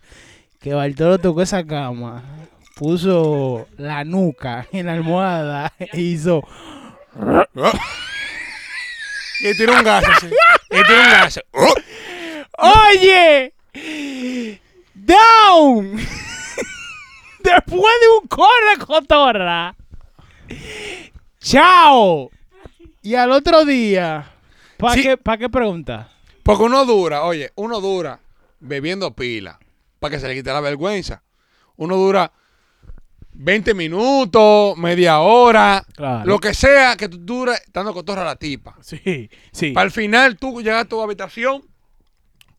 Speaker 1: Que Bartolo tocó esa cama, puso la nuca en la almohada e hizo...
Speaker 2: Y tiene un gas así. Y tiene un gas. Oh.
Speaker 4: Oye, down. Después de un corre cotorra. Chao. Y al otro día, ¿para
Speaker 2: Sí.
Speaker 4: qué, pa' qué pregunta?
Speaker 2: Porque uno dura, oye, uno dura bebiendo pila para que se le quite la vergüenza. Uno dura 20 minutos, media hora,
Speaker 3: Claro.
Speaker 2: lo que sea que tú dures dando cotorra a la tipa.
Speaker 3: Sí, sí.
Speaker 2: Para el final tú llegas a tu habitación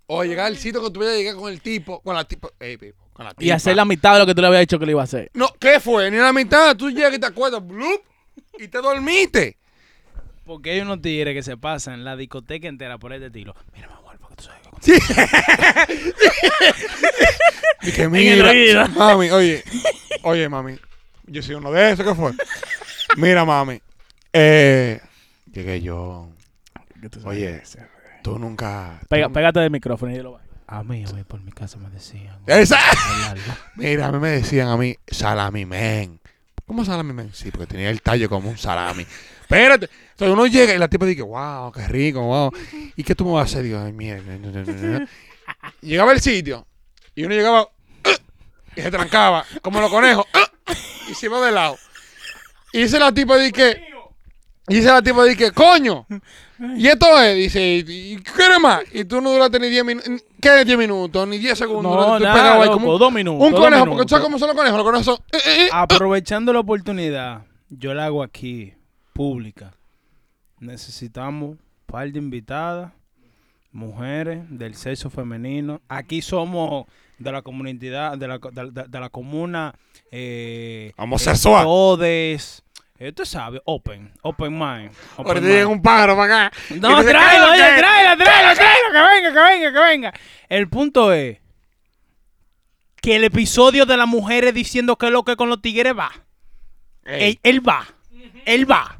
Speaker 2: o llegar al sitio que tú vayas a llegar con el tipo, con la tipa, ey, tipo, con la tipa.
Speaker 3: Y hacer la mitad de lo que tú le habías dicho que le iba a hacer.
Speaker 2: No, ¿qué fue? Ni la mitad, tú llegas y te acuerdas, blup, y te dormiste.
Speaker 1: Porque hay unos tigres que se pasan la discoteca entera por este estilo. Mira, mi amor, porque tú sabes que...
Speaker 2: Y que
Speaker 3: el
Speaker 2: mira,
Speaker 3: ruido.
Speaker 2: mami, oye, oye, mami, yo soy uno de esos, ¿qué fue? Mira, mami, eh, llegué yo, oye, tú nunca...
Speaker 3: Pega- pégate del micrófono y yo lo bajo.
Speaker 1: A mí, güey, por mi casa me decían. güey,
Speaker 2: Esa-
Speaker 1: hablarlo.
Speaker 2: Mira, a mí me decían a mí, salami men. ¿Cómo salami men? Sí, porque tenía el tallo como un salami. Espérate. Entonces uno llega y la tipa dice, wow, qué rico, wow. ¿Y qué tú me vas a hacer? Digo, ay, mierda. no, no, no, no". Llegaba al sitio y uno llegaba y se trancaba, como los conejos, y se iba de lado. Y dice la tipa, dice, y dice la tipa, dice, coño. Y esto es, dice, ¿y y qué eres más? Y tú no duraste ni 10 minutos, ¿qué es 10 minutos? Ni 10 segundos.
Speaker 3: No,
Speaker 2: Tú
Speaker 3: nada,
Speaker 2: pegado ahí
Speaker 3: loco,
Speaker 2: como un-
Speaker 3: dos minutos.
Speaker 2: un
Speaker 3: dos
Speaker 2: conejo, porque tú sabes cómo
Speaker 3: minutos.
Speaker 2: son los conejos. Los conejos son. eh, eh, eh.
Speaker 1: Aprovechando la oportunidad, yo la hago aquí, pública. Necesitamos un par de invitadas, mujeres del sexo femenino. Aquí somos de la comunidad, de la, co- de, de- de la comuna. Eh,
Speaker 2: Homosexual.
Speaker 1: eh, Todes. Eh, tú sabes, open, open mind. open
Speaker 2: Ahorita
Speaker 1: mind.
Speaker 2: llega un pájaro para acá. y
Speaker 1: No,
Speaker 2: dice,
Speaker 1: tráelo,
Speaker 2: "¿Qué es lo
Speaker 1: oye,
Speaker 2: que es?".
Speaker 1: tráelo, tráelo, tráelo, que venga, que venga, que venga. El punto es que el episodio de las mujeres diciendo que es lo que con los tigres va. Él,
Speaker 2: Ey,
Speaker 1: él va, él va.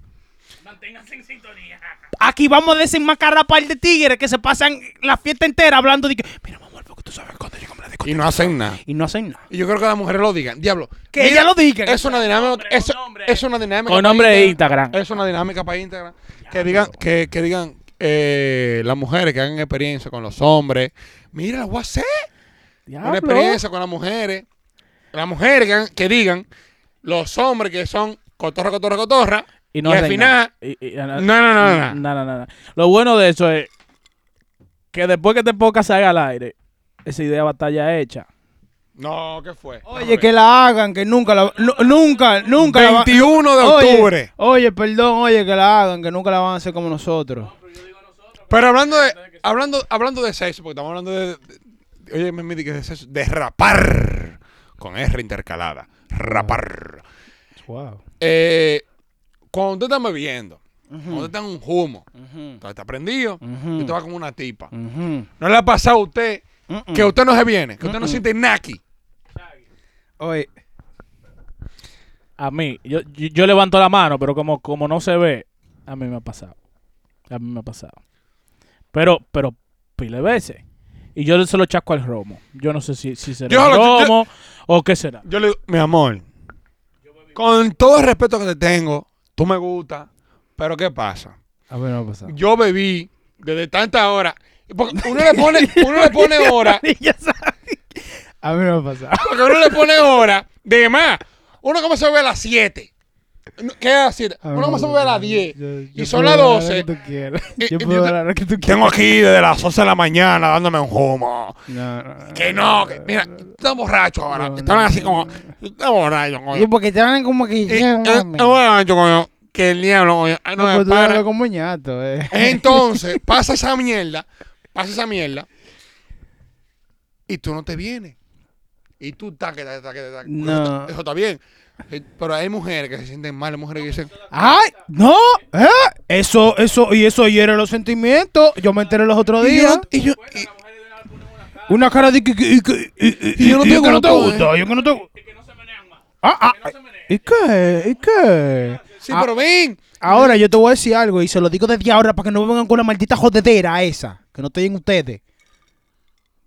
Speaker 1: Manténganse en sintonía. Aquí vamos a desenmascarar a par de tigres que se pasan la fiesta entera hablando de que, mira, mamá, porque tú sabes cuando yo compré la discoteca.
Speaker 2: Y no hacen nada.
Speaker 1: Y no hacen nada.
Speaker 2: Y yo creo que las mujeres lo digan. Diablo.
Speaker 1: Que ellas lo digan.
Speaker 2: Es una dinámica. Es, es una dinámica.
Speaker 3: Con
Speaker 2: para
Speaker 3: nombre de Instagram.
Speaker 2: Es una dinámica para Instagram. Que digan, que, que digan eh, las mujeres que hagan experiencia con los hombres. Mira, voy a hacer. Una experiencia con las mujeres. Las mujeres que, que digan, los hombres que son cotorra, cotorra, cotorra.
Speaker 3: Y,
Speaker 2: Y,
Speaker 3: no
Speaker 2: al
Speaker 3: hacen
Speaker 2: final,
Speaker 3: nada. Y- y-
Speaker 2: no, no, no, no, no.
Speaker 3: Ah, no, no, no. Lo bueno de eso es que después que este podcast salga al aire, esa idea va a estar ya hecha.
Speaker 2: No, ¿qué fue?
Speaker 1: Oye, que la hagan, que nunca la... nu- nunca, nunca la van...
Speaker 2: 21 de
Speaker 1: Oye,
Speaker 2: octubre.
Speaker 1: Oye, perdón, oye, que la hagan, que nunca la van a hacer como nosotros.
Speaker 2: Pero hablando de, hablando, hablando de sexo, porque estamos hablando de. de- oye, me me di que de sexo. De rapar. Con R intercalada. Rapar.
Speaker 1: Wow.
Speaker 2: Eh, cuando tú estás bebiendo, cuando tú estás en un humo, tú estás prendido, y tú vas como una tipa. ¿No le ha pasado a usted que usted no se viene? Que usted no siente naki.
Speaker 1: Oye,
Speaker 3: A mí, yo, yo, yo levanto la mano, pero como, como no se ve, a mí me ha pasado. A mí me ha pasado. Pero, pero, pile veces. Y yo se lo chasco al romo. Yo no sé si, si será
Speaker 2: Yo
Speaker 3: el
Speaker 2: lo- yo-
Speaker 3: romo o qué será.
Speaker 2: Yo le digo, mi amor, con todo el respeto que te tengo, tú me gustas, pero ¿qué pasa?
Speaker 1: a ver, no ha pasado.
Speaker 2: Yo bebí desde tanta hora. Porque uno le pone, uno le pone hora.
Speaker 1: A mí no me ha pasado.
Speaker 2: Porque uno le pone hora de más. Uno como se ve a las 7. ¿Qué es a las 7? Uno como se ve a las 10. Y son las 12. Y-
Speaker 1: Eh, Yo
Speaker 2: y-
Speaker 1: puedo hablar ahora que tú quieras.
Speaker 2: Tengo aquí desde las 11 de la mañana dándome un humo.
Speaker 1: No, no, no.
Speaker 2: Que no, que mira, estás borracho ahora.
Speaker 1: No,
Speaker 2: Están
Speaker 1: no,
Speaker 2: así
Speaker 1: no,
Speaker 2: como, estás borracho, coño.
Speaker 1: Y porque te hablan como que...
Speaker 2: Y- eh, Estás
Speaker 1: oh,
Speaker 2: borracho, coño. Que el diablo, coño. Ay, no
Speaker 1: No,
Speaker 2: me
Speaker 1: pues tú
Speaker 2: para.
Speaker 1: hablas como ñato, eh.
Speaker 2: Entonces, pasa esa mierda, pasa esa mierda, y tú no te vienes. Y tú taque, taque, taque, taque.
Speaker 1: No.
Speaker 2: Eso, está- eso está bien. Eh, Pero hay mujeres que se sienten mal, hay mujeres que dicen,
Speaker 1: ¡Ay! ¡No! ¿Eh? Eso, eso, y eso hiere los sentimientos. Yo me enteré los otros
Speaker 2: y yo,
Speaker 1: días.
Speaker 2: no- y yo- y-
Speaker 1: Una cara de que, que- que- y- y-
Speaker 2: Y yo no
Speaker 1: y
Speaker 2: te
Speaker 1: que no te
Speaker 2: conozco,
Speaker 1: gusta, yo que no te gusta. Ah, ah, ¿y qué? ¿Y qué?
Speaker 2: sí,
Speaker 1: Ah,
Speaker 2: pero ven.
Speaker 1: ahora yo te voy a decir algo y se lo digo desde ahora para que no vengan con la maldita jodedera esa, que no estoy en ustedes.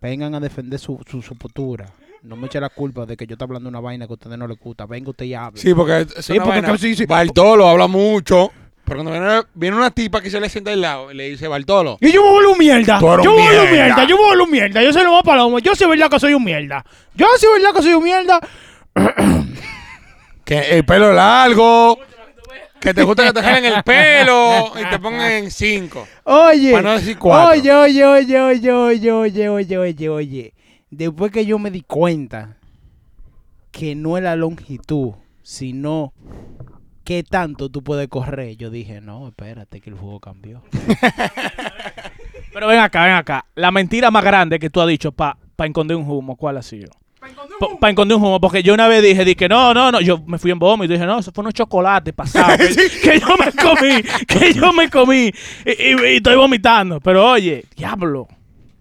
Speaker 1: Vengan a defender su, su, su postura. No me eche la culpa de que yo esté hablando una vaina que a ustedes no les gusta. Venga usted y hable.
Speaker 2: Sí, porque es- es
Speaker 1: Sí,
Speaker 2: una
Speaker 1: porque
Speaker 2: vaina.
Speaker 1: sí, sí.
Speaker 2: Bartolo habla mucho. Pero cuando viene, viene una tipa que se le sienta al lado y le dice, Bartolo,
Speaker 4: Y yo me vuelvo un mierda.
Speaker 2: Tú
Speaker 4: Yo
Speaker 2: eres
Speaker 4: me
Speaker 2: un
Speaker 4: vuelvo un
Speaker 2: mierda.
Speaker 4: mierda. Yo me vuelvo un mierda. Yo soy lo más palomo. Yo soy verdad que soy un mierda. Yo soy verdad que soy un mierda.
Speaker 2: que el pelo largo, que te gusta que te jalen el pelo y te pongan en cinco.
Speaker 1: Oye,
Speaker 2: Para no decir cuatro.
Speaker 1: oye, oye, oye, oye, oye, oye, oye, oye, oye. Después que yo me di cuenta que no es la longitud, sino qué tanto tú puedes correr, yo dije, no, espérate que el juego cambió.
Speaker 3: Pero ven acá, ven acá. La mentira más grande que tú has dicho para pa esconder un humo, ¿cuál ha sido? Para esconder un humo, porque yo una vez dije, dije, no, no, no, yo me fui en vómito y dije, no, eso fue unos chocolates pasados que, que yo me comí, que yo me comí y, y- y estoy vomitando. Pero oye, diablo,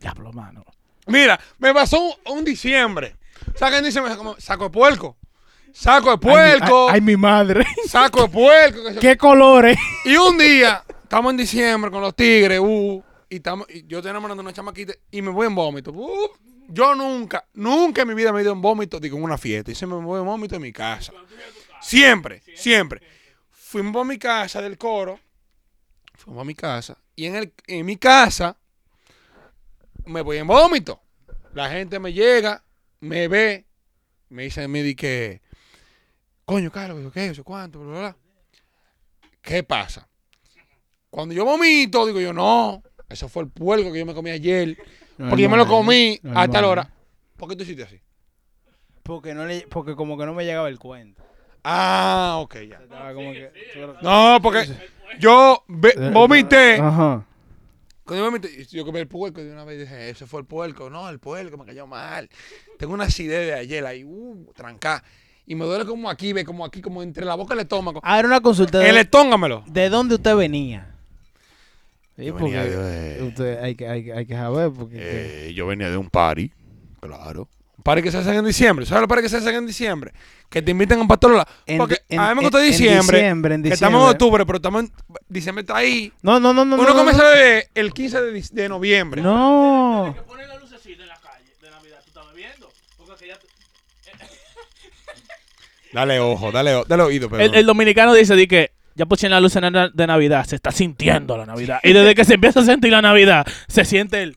Speaker 3: diablo, mano.
Speaker 2: Mira, me pasó un, un diciembre. ¿Sabes qué dice? Como, saco de puerco. Saco de
Speaker 1: Ay, mi-
Speaker 2: puerco.
Speaker 1: Ay, ay, mi madre.
Speaker 2: saco de puerco. que se-
Speaker 1: ¿Qué colores?
Speaker 2: Y un día, estamos en diciembre con los tigres, uh, y, estamos, y yo estoy enamorando de una chamaquita y me voy en vómito. uh. yo nunca, nunca en mi vida me he ido en vómito, digo, en una fiesta. Y siempre me voy en vómito en mi casa. Siempre, siempre. Fuimos a mi casa del coro. Fuimos a mi casa. Y en, el, en mi casa me voy en vómito. La gente me llega, me ve, me dice a mí di que, coño, Carlos, yo, ¿qué? Yo, ¿Cuánto? Bla, bla, bla. ¿Qué pasa? Cuando yo vomito, digo yo, no, eso fue el puerco que yo me comí ayer. porque yo me lo comí a tal hora. ¿Por qué tú hiciste así?
Speaker 1: Porque, no le, porque como que no me llegaba el cuento.
Speaker 2: Ah, ok, ya.
Speaker 1: Estaba como que-
Speaker 2: No, porque yo ve-
Speaker 1: Eh,
Speaker 2: vomité.
Speaker 1: Ajá.
Speaker 2: Cuando yo vomité, yo comí el puerco de una vez y dije, eso fue el puerco. No, el puerco me cayó mal. Tengo una acidez de ayer ahí, uh, trancá. Y me duele como aquí, ve, como aquí, como entre la boca y el estómago.
Speaker 1: Ah, era una consulta.
Speaker 2: El
Speaker 1: De,
Speaker 2: estóngamelo.
Speaker 1: ¿De dónde usted venía? Sí,
Speaker 2: Yo venía
Speaker 1: porque
Speaker 2: de-
Speaker 1: usted- hay, que, hay, que- hay que saber porque...
Speaker 2: Eh, yo venía de un party, claro. Un party que se hacen en diciembre. ¿Sabes los party que se hacen en diciembre? Que te invitan a un pastor.
Speaker 1: En
Speaker 2: Porque
Speaker 1: di- en-
Speaker 2: a mí me
Speaker 1: en-
Speaker 2: gusta
Speaker 1: en
Speaker 2: diciembre.
Speaker 1: diciembre, en
Speaker 2: Que estamos en
Speaker 1: diciembre.
Speaker 2: octubre, pero estamos en, diciembre está ahí.
Speaker 1: No, no, no, no.
Speaker 2: Uno
Speaker 1: no,
Speaker 2: comienza
Speaker 1: no.
Speaker 2: a beber el 15 de, dic- de noviembre.
Speaker 1: No.
Speaker 3: Ponen la lucecita en la calle de Navidad, tú estás bebiendo.
Speaker 2: Dale ojo, dale, o- dale oído, pero.
Speaker 3: El, el dominicano dice, di que ya pusieron la luz en la- de Navidad, se está sintiendo la Navidad. Y desde que se empieza a sentir la Navidad, se siente el...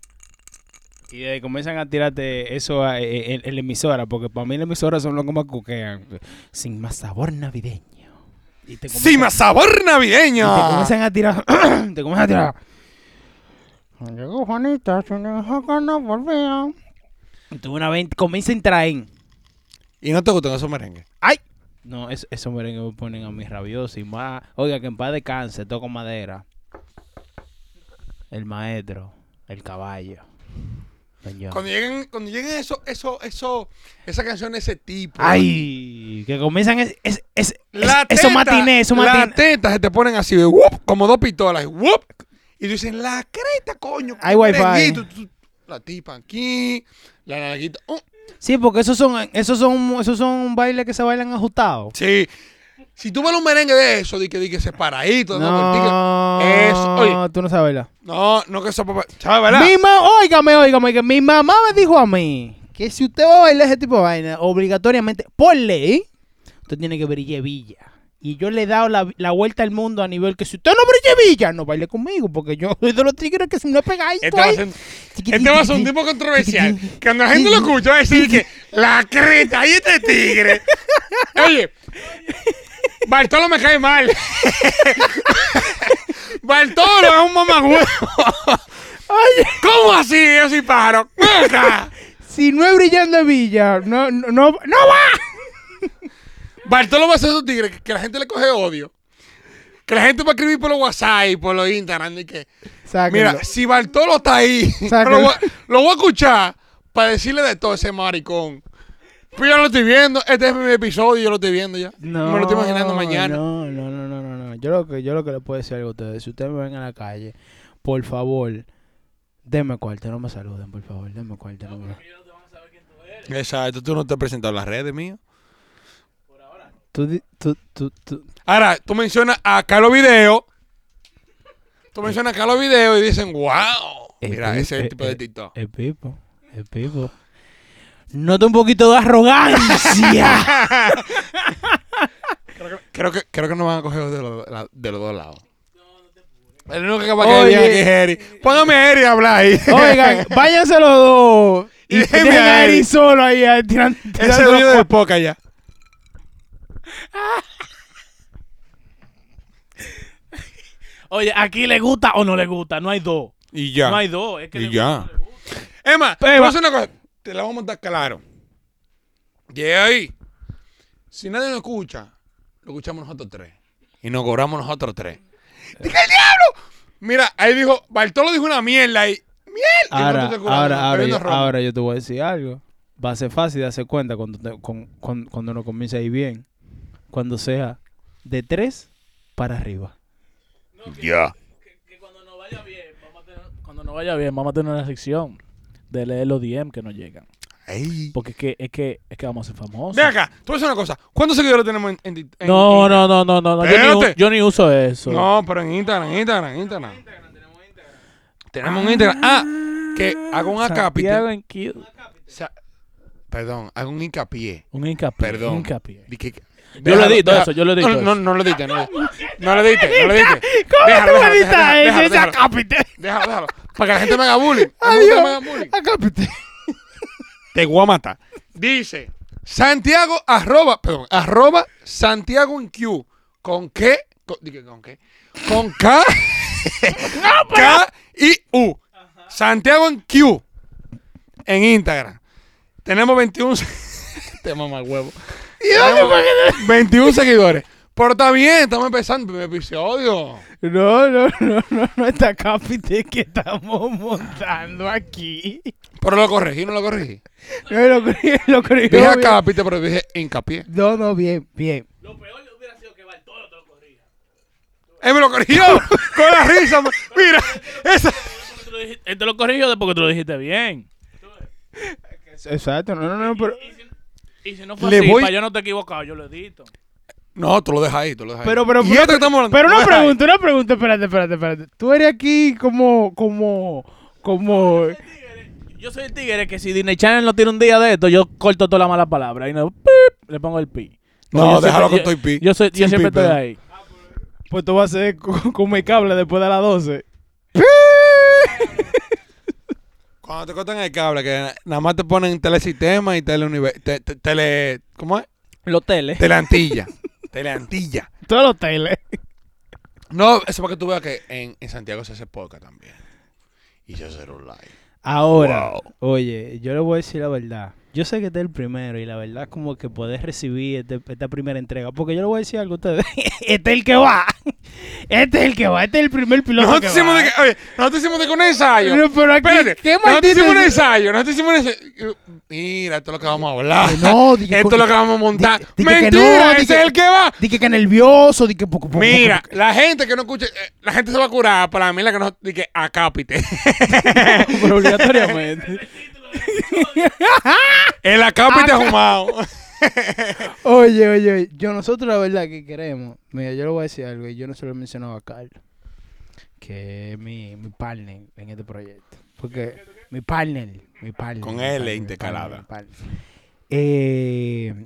Speaker 1: Y de ahí comienzan a tirarte eso a- eh, en en la emisora, porque para mí la emisora son los que más cuquean. Sin más sabor navideño. Y te comienzan-
Speaker 2: ¡Sin más sabor
Speaker 1: y
Speaker 2: navideño!
Speaker 1: te comienzan a tirar. te comienzan a tirar. Llegó Juanita, su que no volvía. Y tú una vez comienza a traen.
Speaker 2: ¿Y no te gustan esos merengues?
Speaker 1: No, es- esos merengues me ponen a mí rabioso y más. Oiga, que en paz descanse, toco madera. El maestro, el caballo. Señor.
Speaker 2: Cuando lleguen, cuando lleguen eso, eso, eso, esa canción de ese tipo.
Speaker 1: Ay, que comienzan es, es, es,
Speaker 2: La
Speaker 1: es- esos matinés, esos
Speaker 2: Las
Speaker 1: matinés.
Speaker 2: tetas se te ponen así, de ¡wup! como dos pistolas. ¡wup! Y tú dices, la creta, coño.
Speaker 1: Hay
Speaker 2: un
Speaker 1: wifi.
Speaker 2: merenguito, tú- tú- La tipa aquí, la nalguita. ¡uh!
Speaker 1: Sí, porque esos son, esos son, esos son bailes que se bailan ajustados.
Speaker 2: Sí. Si tú ves un merengue de eso, di que, di que separadito, no, cortico.
Speaker 1: No,
Speaker 2: Eso, oye.
Speaker 1: tú no sabes bailar.
Speaker 2: no, no que eso, papá. ¿Sabes, verdad?
Speaker 1: Mi ma- óigame, óigame, que mi mamá me dijo a mí que si usted va a bailar ese tipo de vaina, obligatoriamente, por ley, usted tiene que brille villa. Y yo le he dado la, la vuelta al mundo a nivel que si usted no brille villa, no baile conmigo, porque yo soy de los tigres que si no pegáis,
Speaker 2: Este va, a
Speaker 1: soy-
Speaker 2: ser, este va a ser un tipo controversial. Que cuando la gente lo escucha, va a decir que la creta y este tigre. Oye, Bartolo me cae mal. Bartolo es un mamagüevo. ¿Cómo así? Yo soy pájaro. Ven acá.
Speaker 1: Si no es brillando villa, no, no, no, no va.
Speaker 2: Bartolo va a ser un tigre que- que la gente le coge odio. Que la gente va a escribir por los WhatsApp y por los Instagram. Y que,
Speaker 1: Sáquenlo.
Speaker 2: mira, si Bartolo está ahí,
Speaker 1: Sáquenlo.
Speaker 2: lo voy, a- lo voy a escuchar para decirle de todo ese maricón. Pues yo lo estoy viendo. Este es mi episodio y yo lo estoy viendo ya. me lo estoy imaginando mañana.
Speaker 1: No, no, no, no, no, no. Yo lo que, yo lo que le puedo decir algo a ustedes, si ustedes me ven a la calle, por favor, denme cuarto, no me saluden, por favor, denme cuarto. No, me-
Speaker 2: Exacto. Tú no te has presentado en las redes, mío.
Speaker 1: Tú, di- tú, tú, tú.
Speaker 2: Ahora, tú mencionas a Carlos Video. Tú mencionas a Carlos Video y dicen, wow.
Speaker 1: Eh,
Speaker 2: Mira,
Speaker 1: eh,
Speaker 2: ese es
Speaker 1: eh,
Speaker 2: el tipo
Speaker 1: eh,
Speaker 2: de TikTok.
Speaker 1: El pipo, el pipo. Nota un poquito de arrogancia.
Speaker 2: Creo que, creo que nos van a coger de los, la- de los dos lados. El único que va a quedar bien
Speaker 1: Oye.
Speaker 2: aquí es Eri. Póngame a Eri a hablar ahí.
Speaker 1: Oigan, váyanse los dos. Y
Speaker 2: Y déjenme
Speaker 1: dejen a
Speaker 2: a
Speaker 1: Eri
Speaker 2: él.
Speaker 1: solo ahí ah, tiran-
Speaker 2: Ese
Speaker 1: tirando
Speaker 2: dueño
Speaker 1: los
Speaker 2: de poca ya.
Speaker 3: Oye, aquí le gusta o no le gusta. No hay dos.
Speaker 2: Y ya.
Speaker 3: No hay dos. Es que
Speaker 2: y
Speaker 3: le
Speaker 2: ya.
Speaker 3: gusta o no le gusta.
Speaker 2: Emma,
Speaker 1: Pero-
Speaker 2: vamos a hacer una cosa. Te la vamos a montar claro. Llega ahí. Si nadie nos escucha, lo escuchamos nosotros tres. Y nos cobramos nosotros tres. ¡Dije el diablo! Mira, ahí dijo, Bartolo dijo una mierda ahí. ¡Mierda! Y
Speaker 1: Ahora,
Speaker 2: nosotros te curamos,
Speaker 1: ahora, ahora,
Speaker 2: bebiendo
Speaker 1: yo,
Speaker 2: ron.
Speaker 1: ahora yo te voy a decir algo. Va a ser fácil darse cuenta cuando, te- con- con- cuando uno comienza a ir bien. Cuando sea de 3 para arriba.
Speaker 2: Ya.
Speaker 3: Que cuando nos vaya bien, vamos a tener, cuando nos vaya bien, vamos a tener una sección de leer los DM que nos llegan.
Speaker 2: Ey.
Speaker 3: Porque es que, es que, es que vamos a ser famosos.
Speaker 2: Ven acá, tú ves una cosa. ¿Cuántos seguidores tenemos en, en- en-
Speaker 3: No,
Speaker 2: en-
Speaker 3: no, no, no, no, no. Yo, ni, u-
Speaker 2: Espérate.
Speaker 3: yo ni uso eso.
Speaker 2: No, pero en Instagram, Instagram, Instagram. Tenemos un Instagram. Ah, que hago un
Speaker 3: Santiago
Speaker 2: acápite.
Speaker 3: en Q.
Speaker 2: Sa- Perdón, hago un hincapié.
Speaker 3: Un hincapié.
Speaker 2: Perdón.
Speaker 3: un hincapié.
Speaker 2: Di que-
Speaker 3: lo edito
Speaker 2: deja-
Speaker 3: eso, yo lo edito
Speaker 2: No,
Speaker 3: eso.
Speaker 2: no, no lo edité, no lo No lo edité, no lo edité.
Speaker 1: ¿Cómo
Speaker 2: Déjalo,
Speaker 1: tú editas
Speaker 2: déjalo, déjalo,
Speaker 1: ese-
Speaker 2: déjalo,
Speaker 1: ese
Speaker 2: déjalo.
Speaker 1: acápite?
Speaker 2: Déjalo, déjalo. Para que la gente me haga bullying. La gente me haga
Speaker 1: Adiós.
Speaker 2: bullying.
Speaker 1: Acápite.
Speaker 2: Te voy a matar. Dice, Santiago arroba, perdón, arroba Santiago en Q. ¿Con qué? Con, dije, ¿con qué? Con K. K y U. Santiago en Q. En Instagram. Tenemos 21. se- te mama Este huevo. Tenemos 21 seguidores. Pero está bien, estamos empezando el primer episodio.
Speaker 1: No, no, no, no, no está acápite que estamos montando aquí.
Speaker 2: Pero lo corregí, no lo corregí.
Speaker 1: No, lo corrí, lo corrí.
Speaker 2: Dije
Speaker 1: bien.
Speaker 2: acá, pite, pero dije hincapié.
Speaker 1: No, no, bien, bien.
Speaker 3: Lo peor hubiera sido que Bartolo te lo corría.
Speaker 2: Él me lo corrigió con la risa. Mira, esa.
Speaker 3: Él te lo corrigió después que tú lo dijiste bien.
Speaker 1: Exacto, no, no, no, pero...
Speaker 3: Y si, y si no fue
Speaker 2: Le
Speaker 3: así,
Speaker 2: voy-
Speaker 3: pa' yo no te he equivocado, yo lo edito.
Speaker 2: No, tú lo dejas ahí, tú lo dejas
Speaker 1: Pero,
Speaker 2: ahí.
Speaker 1: pero,
Speaker 2: y
Speaker 1: pero-
Speaker 2: esto que estamos hablando,
Speaker 1: Pero
Speaker 2: tú lo
Speaker 1: una
Speaker 2: dejas ahí.
Speaker 1: pregunta, una pregunta, espérate, espérate, espérate. Tú eres aquí como, como, como...
Speaker 3: Yo soy el tigre que si Disney Channel no tiene un día de esto, yo corto toda la mala palabra y no, pip, le pongo el pi.
Speaker 2: No,
Speaker 3: yo
Speaker 2: déjalo
Speaker 3: siempre-
Speaker 2: con
Speaker 3: yo-
Speaker 2: tu pi.
Speaker 3: Yo, soy- yo
Speaker 2: Sin
Speaker 3: siempre
Speaker 2: pi,
Speaker 3: estoy
Speaker 2: pero-
Speaker 3: ahí.
Speaker 1: Pues tú vas a ser co- como el cable después de las 12.
Speaker 2: Cuando te cortan el cable, que na- nada más te ponen telesistema y teleuniver- te- te- tele... ¿Cómo es?
Speaker 3: Los teles.
Speaker 2: Teleantilla. Teleantilla.
Speaker 4: Todos los teles.
Speaker 2: No, eso es para que tú veas que en, en Santiago se hace podcast también. Y se hace un live.
Speaker 1: Ahora,
Speaker 2: Wow.
Speaker 1: oye, yo le voy a decir la verdad. Yo sé que este es el primero y la verdad es como que podés recibir este- esta primera entrega. Porque yo le voy a decir algo a ustedes.
Speaker 4: Este es el que va. Este es el que va. Este es el primer piloto que
Speaker 2: Nosotros hicimos,
Speaker 4: va.
Speaker 2: de que, oye, nosotros hicimos de que un ensayo.
Speaker 4: Pero, pero aquí,
Speaker 2: Espérate,
Speaker 4: ¿qué
Speaker 2: nosotros
Speaker 4: maldito
Speaker 2: hicimos un ensayo, nosotros hicimos un ensayo. Mira, esto es lo que vamos a hablar.
Speaker 1: Pues
Speaker 4: No, di que-
Speaker 2: esto es lo que vamos a montar.
Speaker 4: di- di que
Speaker 2: Mentira,
Speaker 4: no, di
Speaker 2: ese
Speaker 4: que-
Speaker 2: es el que va.
Speaker 1: Pues,
Speaker 4: di que, que nervioso, di que poco, poco,
Speaker 2: Mira, la gente que no escuche, eh, la gente se va a curar. Para mí, la que no, di que acápite.
Speaker 1: pero obligatoriamente.
Speaker 2: El acápite fumado.
Speaker 1: Oye, oye, oye, yo nosotros la verdad que queremos. Mira, yo le voy a decir algo y yo no se lo he mencionado a Carlos, que es mi, mi partner en este proyecto. Porque mi partner, mi partner.
Speaker 2: Con
Speaker 1: mi
Speaker 2: L
Speaker 1: partner, mi
Speaker 2: intercalada.
Speaker 1: partner, mi partner. Eh,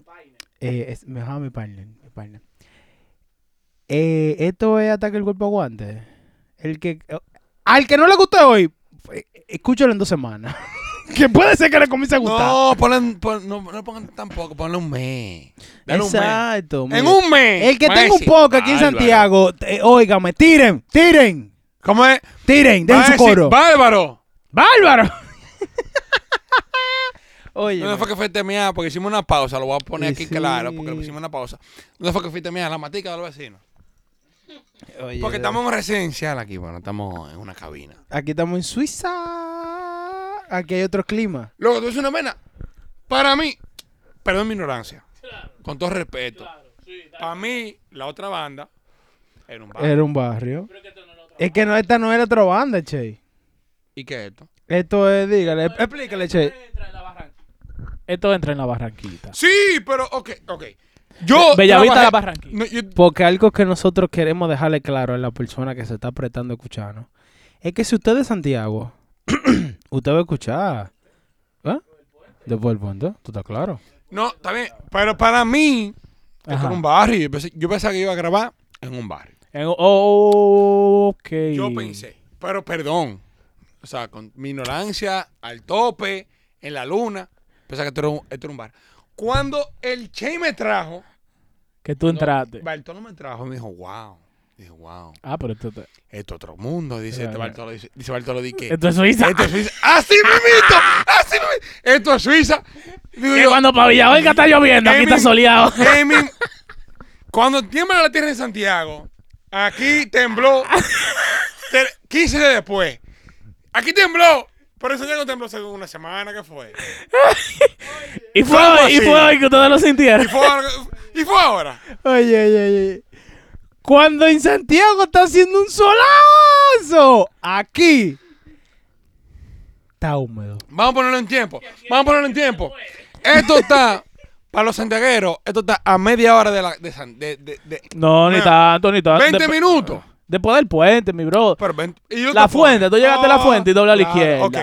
Speaker 1: eh, es- mejor mi partner, mi partner. Eh, esto es hasta que el cuerpo aguante. El que, eh, al que no le guste hoy, eh, escúchalo en dos semanas. que puede ser que le comience a gustar.
Speaker 2: No, ponen, pon- no, no pongan tampoco, ponle un mes. Dale
Speaker 1: Exacto.
Speaker 2: un mes.
Speaker 1: mira.
Speaker 2: En un mes.
Speaker 1: El que
Speaker 2: va a
Speaker 1: tenga un
Speaker 2: decir,
Speaker 1: poco aquí en
Speaker 2: "Bárbaro".
Speaker 1: Santiago, eh, óigame, tiren, tiren,
Speaker 2: ¿Cómo es?
Speaker 1: tiren,
Speaker 2: Va
Speaker 1: den
Speaker 2: a
Speaker 1: su
Speaker 2: decir,
Speaker 1: coro.
Speaker 2: Bárbaro.
Speaker 1: ¡Bárbaro! Oye,
Speaker 2: ¿Dónde fue que fuiste a mear? Porque hicimos una pausa, lo voy a poner
Speaker 1: Eh,
Speaker 2: aquí
Speaker 1: sí.
Speaker 2: claro, porque le pusimos una pausa. ¿Dónde fue que fuiste a mear? La matica de los vecinos.
Speaker 1: oye,
Speaker 2: Porque estamos en residencial aquí, bueno, estamos en una cabina.
Speaker 1: aquí estamos en Suiza. Aquí hay otro clima.
Speaker 2: Luego, tú dices una mena. Para mí, perdón mi ignorancia, con todo respeto. Para mí, la otra banda era un bar.
Speaker 1: Era un barrio. Es que no, esta no era otra banda, Che.
Speaker 2: ¿Y qué es esto?
Speaker 1: Esto es, dígale, explícale, Che.
Speaker 3: Esto entra en la barranquita.
Speaker 2: Sí, pero, ok, ok. Yo.
Speaker 3: Bellavista
Speaker 2: trabajé-
Speaker 3: la Barranquilla.
Speaker 2: No, yo-
Speaker 1: Porque algo que nosotros queremos dejarle claro a la persona que se está apretando a escucharnos es que si usted es de Santiago, usted va a escuchar. ¿Eh? Después del puente, ¿tú estás claro?
Speaker 2: no, está bien. Pero para mí, esto
Speaker 3: Ajá.
Speaker 2: era un barrio. Yo pensé, yo pensaba que iba a grabar en un barrio.
Speaker 3: En- oh, ok.
Speaker 2: Yo pensé, pero perdón. O sea, con mi ignorancia al tope, en la luna, pensaba que esto era un, esto era un bar. Cuando el Che me trajo,
Speaker 3: Que tú entraste.
Speaker 2: Bartolo me trajo y me dijo, wow. Dije, wow,
Speaker 3: Ah, pero esto
Speaker 2: Eh,
Speaker 3: te...
Speaker 2: esto es otro mundo. Dice este
Speaker 3: Claro.
Speaker 2: Bartolo, dice, dice Bartolo, di que.
Speaker 3: Esto es Suiza.
Speaker 2: Esto es Suiza. ¡Así mismito! ¡Así mismito! Esto es Suiza. Digo
Speaker 3: Que
Speaker 2: yo,
Speaker 3: cuando para Villaverga está lloviendo, aquí
Speaker 2: Eh,
Speaker 3: está
Speaker 2: mi-
Speaker 3: soleado.
Speaker 2: eh, mi- Cuando tiembla la tierra en Santiago, aquí tembló te- 15 días después. Aquí tembló, pero en Santiago tembló según una semana que fue.
Speaker 3: Y fue,
Speaker 2: ¿Cómo
Speaker 3: hoy, y
Speaker 2: así?
Speaker 3: fue hoy que ustedes lo sintieron.
Speaker 2: Y fue, ahora- y fue ahora.
Speaker 1: Oye, oye, oye. Cuando en Santiago está haciendo un solazo, aquí está húmedo.
Speaker 2: Vamos a ponerlo en tiempo. Vamos a ponerlo en tiempo. Esto está, para los santiagueros, esto está a media hora de la. De, San- de- de- de-
Speaker 3: No, ni
Speaker 2: Nah.
Speaker 3: tanto, ni tanto.
Speaker 2: 20
Speaker 3: Dep-
Speaker 2: minutos.
Speaker 3: Después del puente, mi bro.
Speaker 2: Pero ven- y yo
Speaker 3: La
Speaker 2: te pongo-
Speaker 3: fuente, tú llegaste a la fuente y dobla a la izquierda.
Speaker 2: Ok.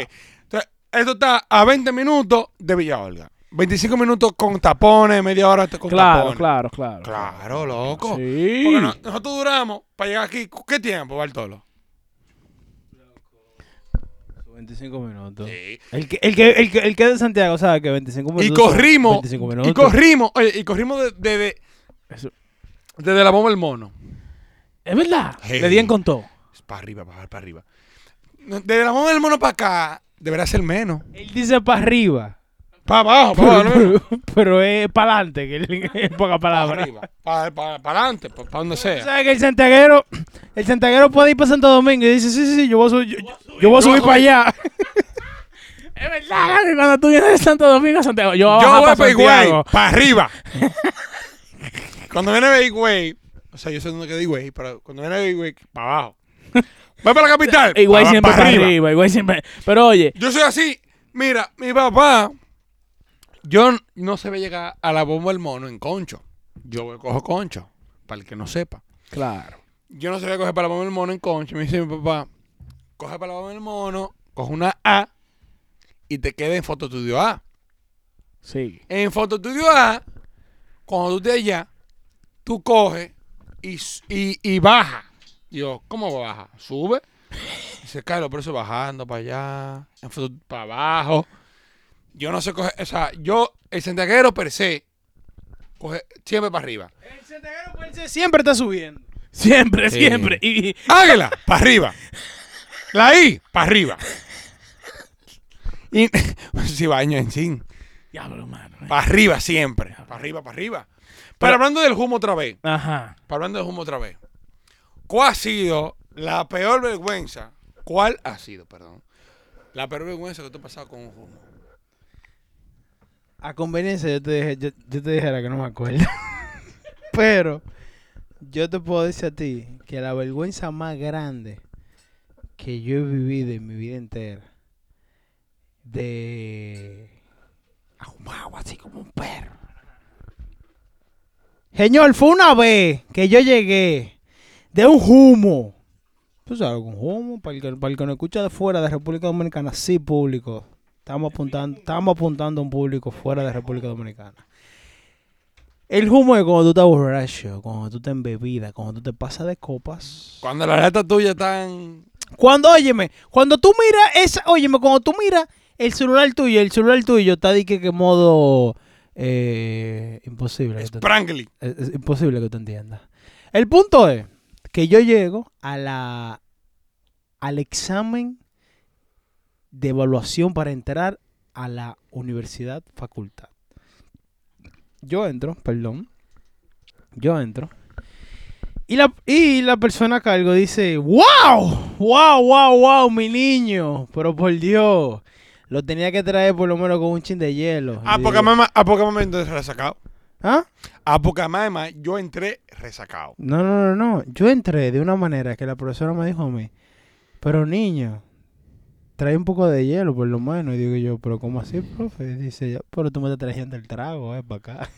Speaker 2: Entonces, esto está a 20 minutos de Villa Olga. 25 minutos con tapones, media hora con
Speaker 3: Claro,
Speaker 2: tapones.
Speaker 3: claro, claro,
Speaker 2: Claro, loco.
Speaker 3: Sí.
Speaker 2: Porque no- nosotros duramos para llegar aquí. ¿Qué tiempo, Bartolo?
Speaker 1: 25 minutos.
Speaker 2: Sí.
Speaker 1: El que, el, que, el, que, el que es de Santiago sabe que 25
Speaker 3: Pues,
Speaker 1: minutos.
Speaker 2: Y
Speaker 1: son
Speaker 2: corrimos.
Speaker 1: 25
Speaker 2: Y
Speaker 1: minutos.
Speaker 2: corrimos. Oye, y corrimos desde.
Speaker 3: Eso-
Speaker 2: desde la bomba del mono.
Speaker 3: Es verdad.
Speaker 2: Hey.
Speaker 3: Le di en contó.
Speaker 2: Para arriba, para, para arriba. No, Desde la bomba del mono para acá, deberá ser menos.
Speaker 1: Él dice para arriba.
Speaker 2: Para abajo, para abajo. no, no.
Speaker 1: Pero, pero es para adelante, que es en pocas
Speaker 2: Para
Speaker 1: palabras.
Speaker 2: arriba. Para, para, para adelante, para, para donde
Speaker 1: Tú
Speaker 2: sea.
Speaker 1: sabes que el santiaguero, el santiaguero puede ir para Santo Domingo y dice, sí, sí, sí, yo voy a, su- yo, yo voy a subir para allá.
Speaker 3: Es verdad, Gary, cuando tú vienes de Santo Domingo a Santiago. Yo,
Speaker 2: Yo
Speaker 3: bajar
Speaker 2: voy
Speaker 3: pa'
Speaker 2: para
Speaker 3: Santiago.
Speaker 2: Higüey, para arriba. cuando viene a Higüey, o sea, yo sé dónde queda Higüey, pero cuando viene a Higüey, para abajo. Voy para la capital.
Speaker 3: Igual
Speaker 2: pa-
Speaker 3: siempre
Speaker 2: pa'
Speaker 3: para arriba, igual siempre. Pero oye,
Speaker 2: Yo soy así. Mira, mi papá, yo n- no se ve llegar a la bomba del mono en concho. Yo voy- cojo concho, para el que no sepa.
Speaker 3: claro.
Speaker 2: Yo no sabía coger para la bomba del mono en concho. Me dice mi papá, coge para la bomba del mono, coge una A y te queda en Foto Estudio A.
Speaker 3: Sí.
Speaker 2: En Foto Estudio A, cuando tú estés allá, tú coges y, s- y, y baja. Yo, ¿cómo baja? Sube. se cae los precios bajando para allá, en fruto- para abajo. Yo no sé coger, o sea, yo, el santiaguero per se, coge siempre para arriba.
Speaker 4: El Santiago per se siempre está subiendo.
Speaker 3: Siempre,
Speaker 2: Sí.
Speaker 3: siempre. Y,
Speaker 2: Águila, para arriba. La I, para arriba. Y si baño en sin.
Speaker 3: diablo, mano. eh.
Speaker 2: Para arriba siempre. Para arriba, para arriba. Pero hablando del humo otra vez.
Speaker 3: Ajá.
Speaker 2: Para hablando del humo otra vez. ¿Cuál ha sido la peor vergüenza? ¿Cuál ha sido, perdón? La peor vergüenza que tú has pasado con un humo.
Speaker 1: A conveniencia yo te dije, yo, yo te dijera que no me acuerdo. Pero yo te puedo decir a ti que la vergüenza más grande que yo he vivido en mi vida entera de ahumado así como un perro. Señor, fue una vez que yo llegué de un humo. Tú sabes, un humo, para el, que, para el que nos escucha de fuera de República Dominicana, sí, público. Estamos apuntando, estamos apuntando a un público fuera de República Dominicana. El humo es cuando tú estás borracho, cuando tú estás en bebida, cuando tú te pasas de copas.
Speaker 2: Cuando la lata tuya está en...
Speaker 1: Cuando, óyeme, cuando tú miras esa, óyeme, cuando tú miras el celular tuyo, el celular tuyo está de que, que modo eh, imposible. que tú-
Speaker 2: Sprangly.
Speaker 1: es, es imposible que tú entiendas. El punto es que yo llego a la al examen de evaluación para entrar a la universidad facultad. Yo entro, perdón. Yo entro. Y la, y la persona a cargo dice, wow, wow, wow, wow, mi niño, pero por Dios, lo tenía que traer por lo menos con un chin de hielo.
Speaker 2: Ah, A
Speaker 1: Y
Speaker 2: poca
Speaker 1: digo,
Speaker 2: mamá, a poca mamá entonces resacado.
Speaker 1: ¿Ah?
Speaker 2: A poca mamá yo entré resacado.
Speaker 1: No, no, no, no. Yo entré de una manera que la profesora me dijo a mí, pero niño, trae un poco de hielo por lo menos. Y digo yo, pero ¿cómo así, profe? Y dice ella, pero tú me estás trayendo el trago, eh, para acá.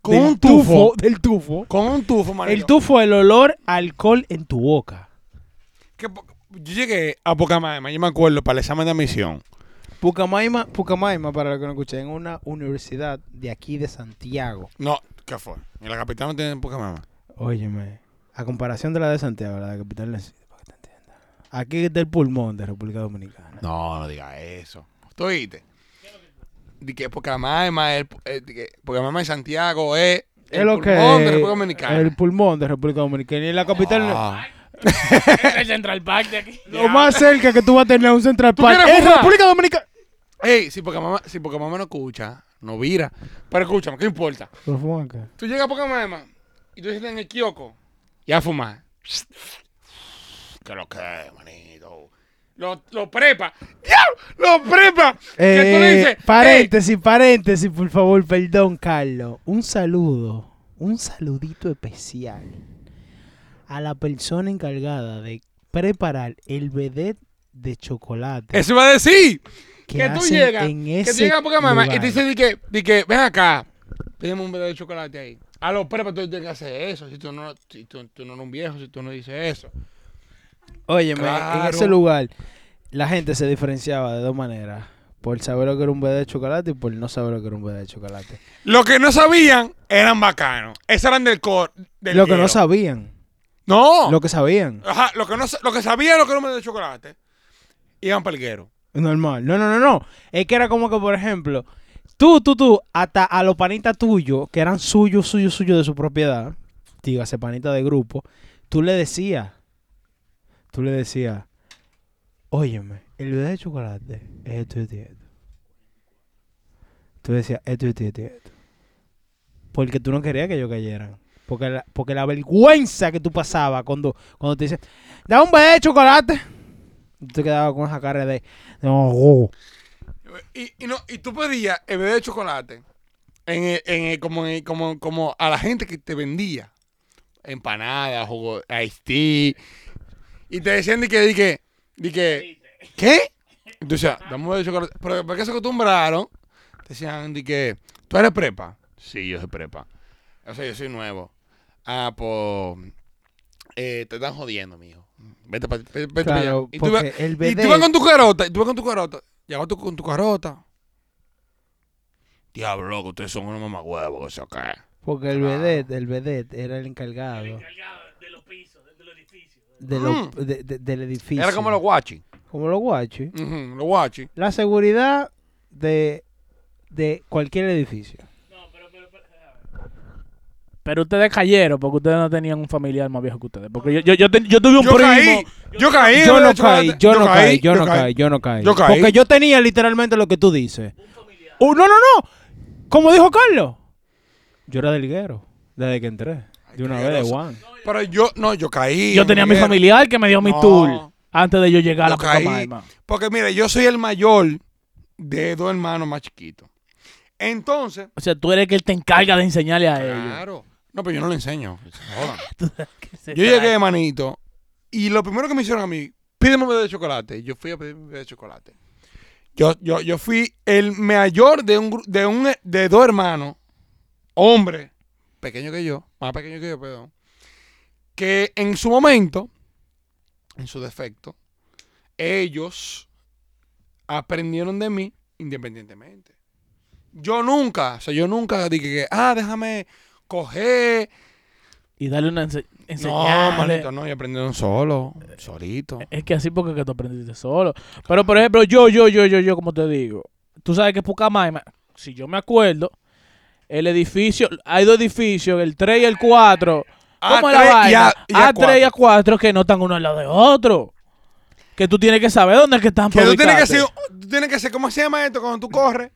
Speaker 2: Con
Speaker 1: Del
Speaker 2: un tufo.
Speaker 1: Del tufo.
Speaker 2: Con un tufo,
Speaker 1: El
Speaker 2: manito.
Speaker 1: tufo, el olor a alcohol en tu boca.
Speaker 2: Que po- yo llegué a Pocamaima, yo me acuerdo, para el examen de admisión.
Speaker 1: Pucamaima, Pucamaima, para lo que no escuché, en una universidad de aquí de Santiago.
Speaker 2: No, ¿qué fue? En la capital no tienen Pocamaima.
Speaker 1: Óyeme, a comparación de la de Santiago, la de Capital del Sur, para que te entiendas. Aquí está el pulmón de República Dominicana.
Speaker 2: No, no digas eso. ¿Tú oíste? Di que Pocamaima es... eh, di que Pocamaima en Santiago es...
Speaker 1: Es lo que
Speaker 2: pulmón de
Speaker 1: es
Speaker 2: República Dominicana.
Speaker 1: El pulmón de República Dominicana. Y la capital.
Speaker 2: Ah.
Speaker 3: el Central Park de aquí.
Speaker 1: Lo más cerca que tú vas a tener a un Central
Speaker 2: ¿Tú
Speaker 1: Park.
Speaker 2: quieres
Speaker 1: Es
Speaker 2: fumar?
Speaker 1: República Dominicana.
Speaker 2: Ey, si Pocamaima, si Pocamaima no escucha, no vira. Pero escúchame, ¿qué importa?
Speaker 1: Pero fuma acá.
Speaker 2: Tú llegas a Pocamaima y tú estás en el kiosco y a fumar. ¿Qué lo que es, manito? Lo, lo prepa. ¡Ya! ¡Lo prepa! que tú le
Speaker 1: Eh,
Speaker 2: dices. "Ey,
Speaker 1: paréntesis, paréntesis, por favor, perdón, Carlos. Un saludo, un saludito especial a la persona encargada de preparar el vedette de chocolate
Speaker 2: Eso iba a decir.
Speaker 1: que,
Speaker 2: que tú
Speaker 1: hacen
Speaker 2: llegas,
Speaker 1: en
Speaker 2: Que
Speaker 1: ese
Speaker 2: tú llegas a Pocamaima y
Speaker 1: lugar.
Speaker 2: te dicen di que, di que, ven acá, tenemos un pedazo de chocolate ahí. A los prepa tú tienes que hacer eso. Si tú no, si tú, tú no eres un viejo, si tú no dices eso.
Speaker 1: Óyeme, en
Speaker 2: Claro.
Speaker 1: ese lugar la gente se diferenciaba de dos maneras. Por saber lo que era un bebé de chocolate y por no saber lo que era un bebé de chocolate.
Speaker 2: Lo que no sabían eran bacanos. Esos eran del core. del
Speaker 1: lo que
Speaker 2: hielo.
Speaker 1: no sabían.
Speaker 2: No.
Speaker 1: Lo que sabían.
Speaker 2: Ajá, lo que, no, sa- lo que sabían lo que no me de chocolate. Iban palguero.
Speaker 1: Normal. No, no, no, no. Es que era como que, por ejemplo, tú, tú, tú, hasta a los panitas tuyos, que eran suyos, suyos, suyos de su propiedad, dígase panita de grupo, tú le decías, tú le decías, óyeme, el bebé de chocolate es esto y esto y esto. Tú decías, esto y esto y esto y esto. Porque tú no querías que ellos cayeran. Porque la, porque la vergüenza que tú pasabas cuando, cuando te dicen, da un bebé de chocolate. Y Tú te quedabas con esa cara de, no, oh".
Speaker 2: Y, y no, y tú pedías el bebé de chocolate en el- en el- como, en el- como, como a la gente que te vendía empanadas, jugo, iced tea. Y te decían de que, de que, de que ¿qué? Entonces, dame un bebé de chocolate. Pero ¿por qué se acostumbraron? Te decían de que, ¿tú eres prepa? Sí, yo soy prepa. O sea, yo soy nuevo. Ah, pues, eh, te están jodiendo, mijo. Vete para vete, vete pa' allá.
Speaker 1: Claro,
Speaker 2: Y tú ibas-
Speaker 1: porque el
Speaker 2: y
Speaker 1: bebé
Speaker 2: tú vas con tu carota, y tú vas con tu carota. Llegó tú con tu carota. Diablo, loco, ustedes son unos mamagüevos, que se cae.
Speaker 1: Porque el vedette, el vedette era el encargado. De los pisos, del edificio. De lo- de- de- del edificio.
Speaker 2: Mm. Era como los guachis.
Speaker 1: como los guachis,
Speaker 2: Ujú, Los guachis.
Speaker 1: la seguridad de, de cualquier edificio.
Speaker 3: Pero ustedes cayeron porque ustedes no tenían un familiar más viejo que ustedes. Porque yo, yo, yo, te- yo tuve un
Speaker 2: Yo
Speaker 3: primo.
Speaker 2: caí. Yo caí.
Speaker 1: Yo no
Speaker 2: de chocolate.
Speaker 1: caí, yo no caí, yo no caí, yo no caí.
Speaker 2: Yo caí.
Speaker 1: Porque yo tenía literalmente lo que tú dices. Uh, no, no, no. Como dijo Carlos, yo era del liguero desde que entré. De una vez de
Speaker 2: Ligueroso.
Speaker 1: Juan.
Speaker 2: Pero yo, no, yo caí.
Speaker 3: Yo tenía a mi
Speaker 2: Miguel.
Speaker 3: familiar que me dio mi
Speaker 2: No.
Speaker 3: tour antes de yo llegar a
Speaker 2: Yo
Speaker 3: la
Speaker 2: caí.
Speaker 3: puta madre, hermano.
Speaker 2: Porque mire, yo soy el mayor de dos hermanos más chiquitos. Entonces,
Speaker 3: O sea, tú eres el que te encarga de enseñarle a ellos.
Speaker 2: claro. No, pero yo no le enseño. que se jodan.
Speaker 3: Que se
Speaker 2: Yo llegué, manito, y lo primero que me hicieron a mí, pídeme un bebé de chocolate. Yo fui a pedir un bebé de chocolate. Yo, yo, yo fui el mayor de un, gru- de un de dos hermanos, hombre, pequeño que yo, más pequeño que yo, perdón, que en su momento, en su defecto, ellos aprendieron de mí independientemente. Yo nunca, o sea, yo nunca dije que, ah, déjame coger,
Speaker 3: Y darle una ense
Speaker 2: no,
Speaker 3: enseñanza.
Speaker 2: manito, no, y aprendieron solo, solito.
Speaker 3: Es que así porque que tú aprendiste solo. Pero, por ejemplo, yo, yo, yo, yo, yo, como te digo, tú sabes que Pucamaima, si yo me acuerdo, el edificio, hay dos edificios, el 3 y el 4. ¿Cómo es la
Speaker 2: A3 y
Speaker 3: vaina?
Speaker 2: a- y a
Speaker 3: A3 y A4 que no están uno al lado de otro. Que tú tienes que saber dónde es que están
Speaker 2: Que tú tienes que
Speaker 3: ubicarte.
Speaker 2: hacer, tú tienes que hacer, ¿cómo se llama esto cuando tú corres?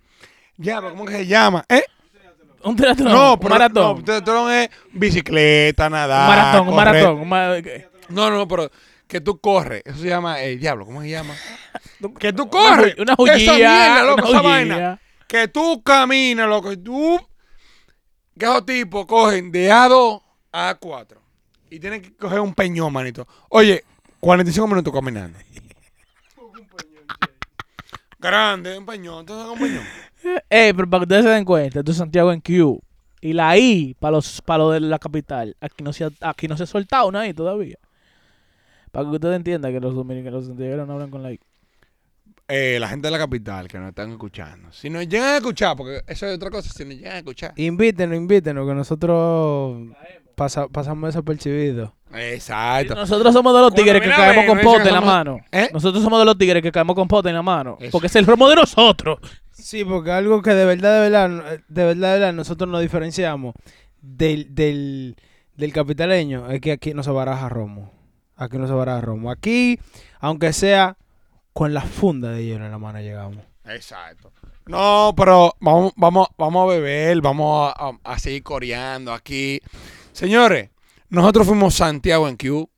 Speaker 2: Ya, pero ¿cómo que se llama? ¿Eh?
Speaker 3: Un triatlón,
Speaker 2: No,
Speaker 3: un
Speaker 2: pero, No,
Speaker 3: maratón.
Speaker 2: un triatlón es eh, bicicleta, nadar.
Speaker 3: un maratón, un
Speaker 2: correr.
Speaker 3: maratón. un ma- que-
Speaker 2: No, no, pero que tú corres. Eso se llama, eh, diablo, ¿cómo se llama? que tú
Speaker 3: una
Speaker 2: corres.
Speaker 3: ju- Una
Speaker 2: Esa mierda,
Speaker 3: jullía.
Speaker 2: loco,
Speaker 3: Una
Speaker 2: esa vaina.
Speaker 3: jullía.
Speaker 2: Que tú caminas, loco, y tú. Que esos tipos cogen de A2 a A4. Y tienen que coger un peñón, manito. Oye, 45 minutos caminando. Grande, un peñón. Entonces, un peñón.
Speaker 3: Ey, pero para que ustedes se den cuenta, esto es Santiago en Q. Y la I, para los para lo de la capital, aquí no se ha, aquí no se ha soltado una I todavía. Para que ustedes entiendan que los dominicanos, los santiagueros no hablan con la I.
Speaker 2: Eh, la gente de la capital que nos están escuchando. Si nos llegan a escuchar, porque eso es otra cosa, si nos llegan a escuchar.
Speaker 1: Invítenos, invítenos, que nosotros pasa- pasamos desapercibidos.
Speaker 2: Exacto.
Speaker 3: Nosotros somos de los
Speaker 2: Cuando
Speaker 3: tigres que
Speaker 2: viene a
Speaker 3: caemos
Speaker 2: ver,
Speaker 3: con
Speaker 2: me dicen
Speaker 3: pote
Speaker 2: que
Speaker 3: en la
Speaker 2: somos-
Speaker 3: mano.
Speaker 2: ¿Eh?
Speaker 3: Nosotros somos de los tigres que caemos con pote en la mano.
Speaker 2: Eso.
Speaker 3: Porque es el romo de nosotros.
Speaker 1: Sí, porque algo que de verdad, de verdad, eh, de verdad, de verdad nosotros nos diferenciamos del, del, del capitaleño es que aquí no se baraja romo. Aquí no se baraja romo. Aquí, aunque sea con la funda de hielo en la mano llegamos.
Speaker 2: Exacto. No, pero vamos, vamos, vamos a beber, vamos a, a- a seguir coreando aquí. Señores, nosotros fuimos Santiago en Q.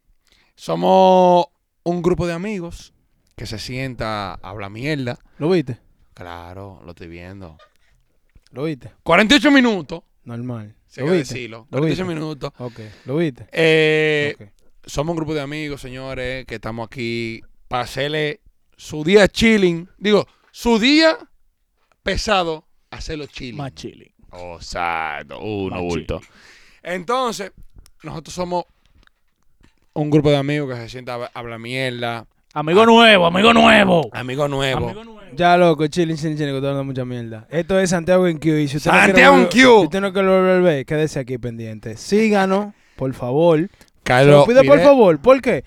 Speaker 2: Somos un grupo de amigos que se sienta, habla mierda.
Speaker 1: ¿Lo viste?
Speaker 2: Claro, lo estoy viendo.
Speaker 1: ¿Lo viste?
Speaker 2: 48 minutos,
Speaker 1: Normal.
Speaker 2: si hay
Speaker 1: ¿Lo
Speaker 2: que
Speaker 1: viste?
Speaker 2: decirlo.
Speaker 1: ¿Lo
Speaker 2: 48
Speaker 1: viste?
Speaker 2: minutos.
Speaker 1: Ok. ¿Lo viste?
Speaker 2: Eh,
Speaker 1: Ok.
Speaker 2: somos un grupo de amigos, señores, que estamos aquí para hacerle su día chilling. Digo, su día pesado, hacerlo chilling.
Speaker 3: Más chile.
Speaker 2: Exacto, uno
Speaker 3: Machi.
Speaker 2: uh, bulto. Entonces, nosotros somos un grupo de amigos que se sienta a hablar mierda,
Speaker 3: Amigo nuevo, amigo nuevo.
Speaker 2: Ah. amigo nuevo.
Speaker 3: Amigo nuevo.
Speaker 1: Ya, loco, chilling, chilling, chilling, que estoy hablando mucha mierda. Esto es Santiago en Q. Y si usted no quiere
Speaker 2: Santiago en
Speaker 1: volver-
Speaker 2: Q.
Speaker 1: Si usted no quiere volver a ver, quédese aquí pendiente. Síganos, por favor. Se
Speaker 2: Carlos,
Speaker 1: lo pide por
Speaker 2: mire,
Speaker 1: favor. ¿Por qué?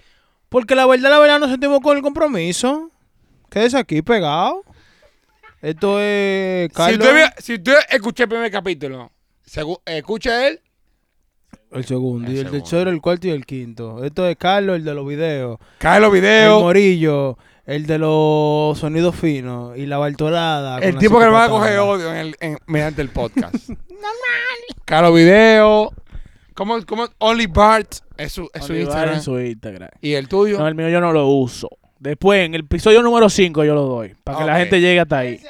Speaker 1: Porque la verdad, la verdad, nos sentimos con el compromiso. Quédese aquí pegado. Esto es.
Speaker 2: si
Speaker 1: Carlos,
Speaker 2: usted, vio- si usted escuchó el primer capítulo, segu- escucha él.
Speaker 1: El segundo,
Speaker 2: El
Speaker 1: y el
Speaker 2: segundo.
Speaker 1: tercero, el cuarto y el quinto. Esto es Carlos, el de los videos.
Speaker 2: Carlos
Speaker 1: El
Speaker 2: Video,
Speaker 1: Morillo, el de los sonidos finos. Y la Bartolada.
Speaker 2: el,
Speaker 1: con la
Speaker 2: tipo que le va a
Speaker 1: psicopatada.
Speaker 2: coger odio en el, en- mediante el podcast. Normal. Carlos Video, ¿cómo, cómo? Only Bart es su, es su
Speaker 3: Olivar
Speaker 2: Instagram.
Speaker 3: en su Instagram.
Speaker 2: Y el tuyo.
Speaker 3: No, el mío yo no lo uso. Después, en el episodio número 5 yo lo doy. Para que
Speaker 2: Ok.
Speaker 3: la gente llegue hasta ahí.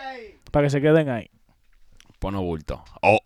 Speaker 3: Para que se queden ahí.
Speaker 2: Pono Pues bulto. O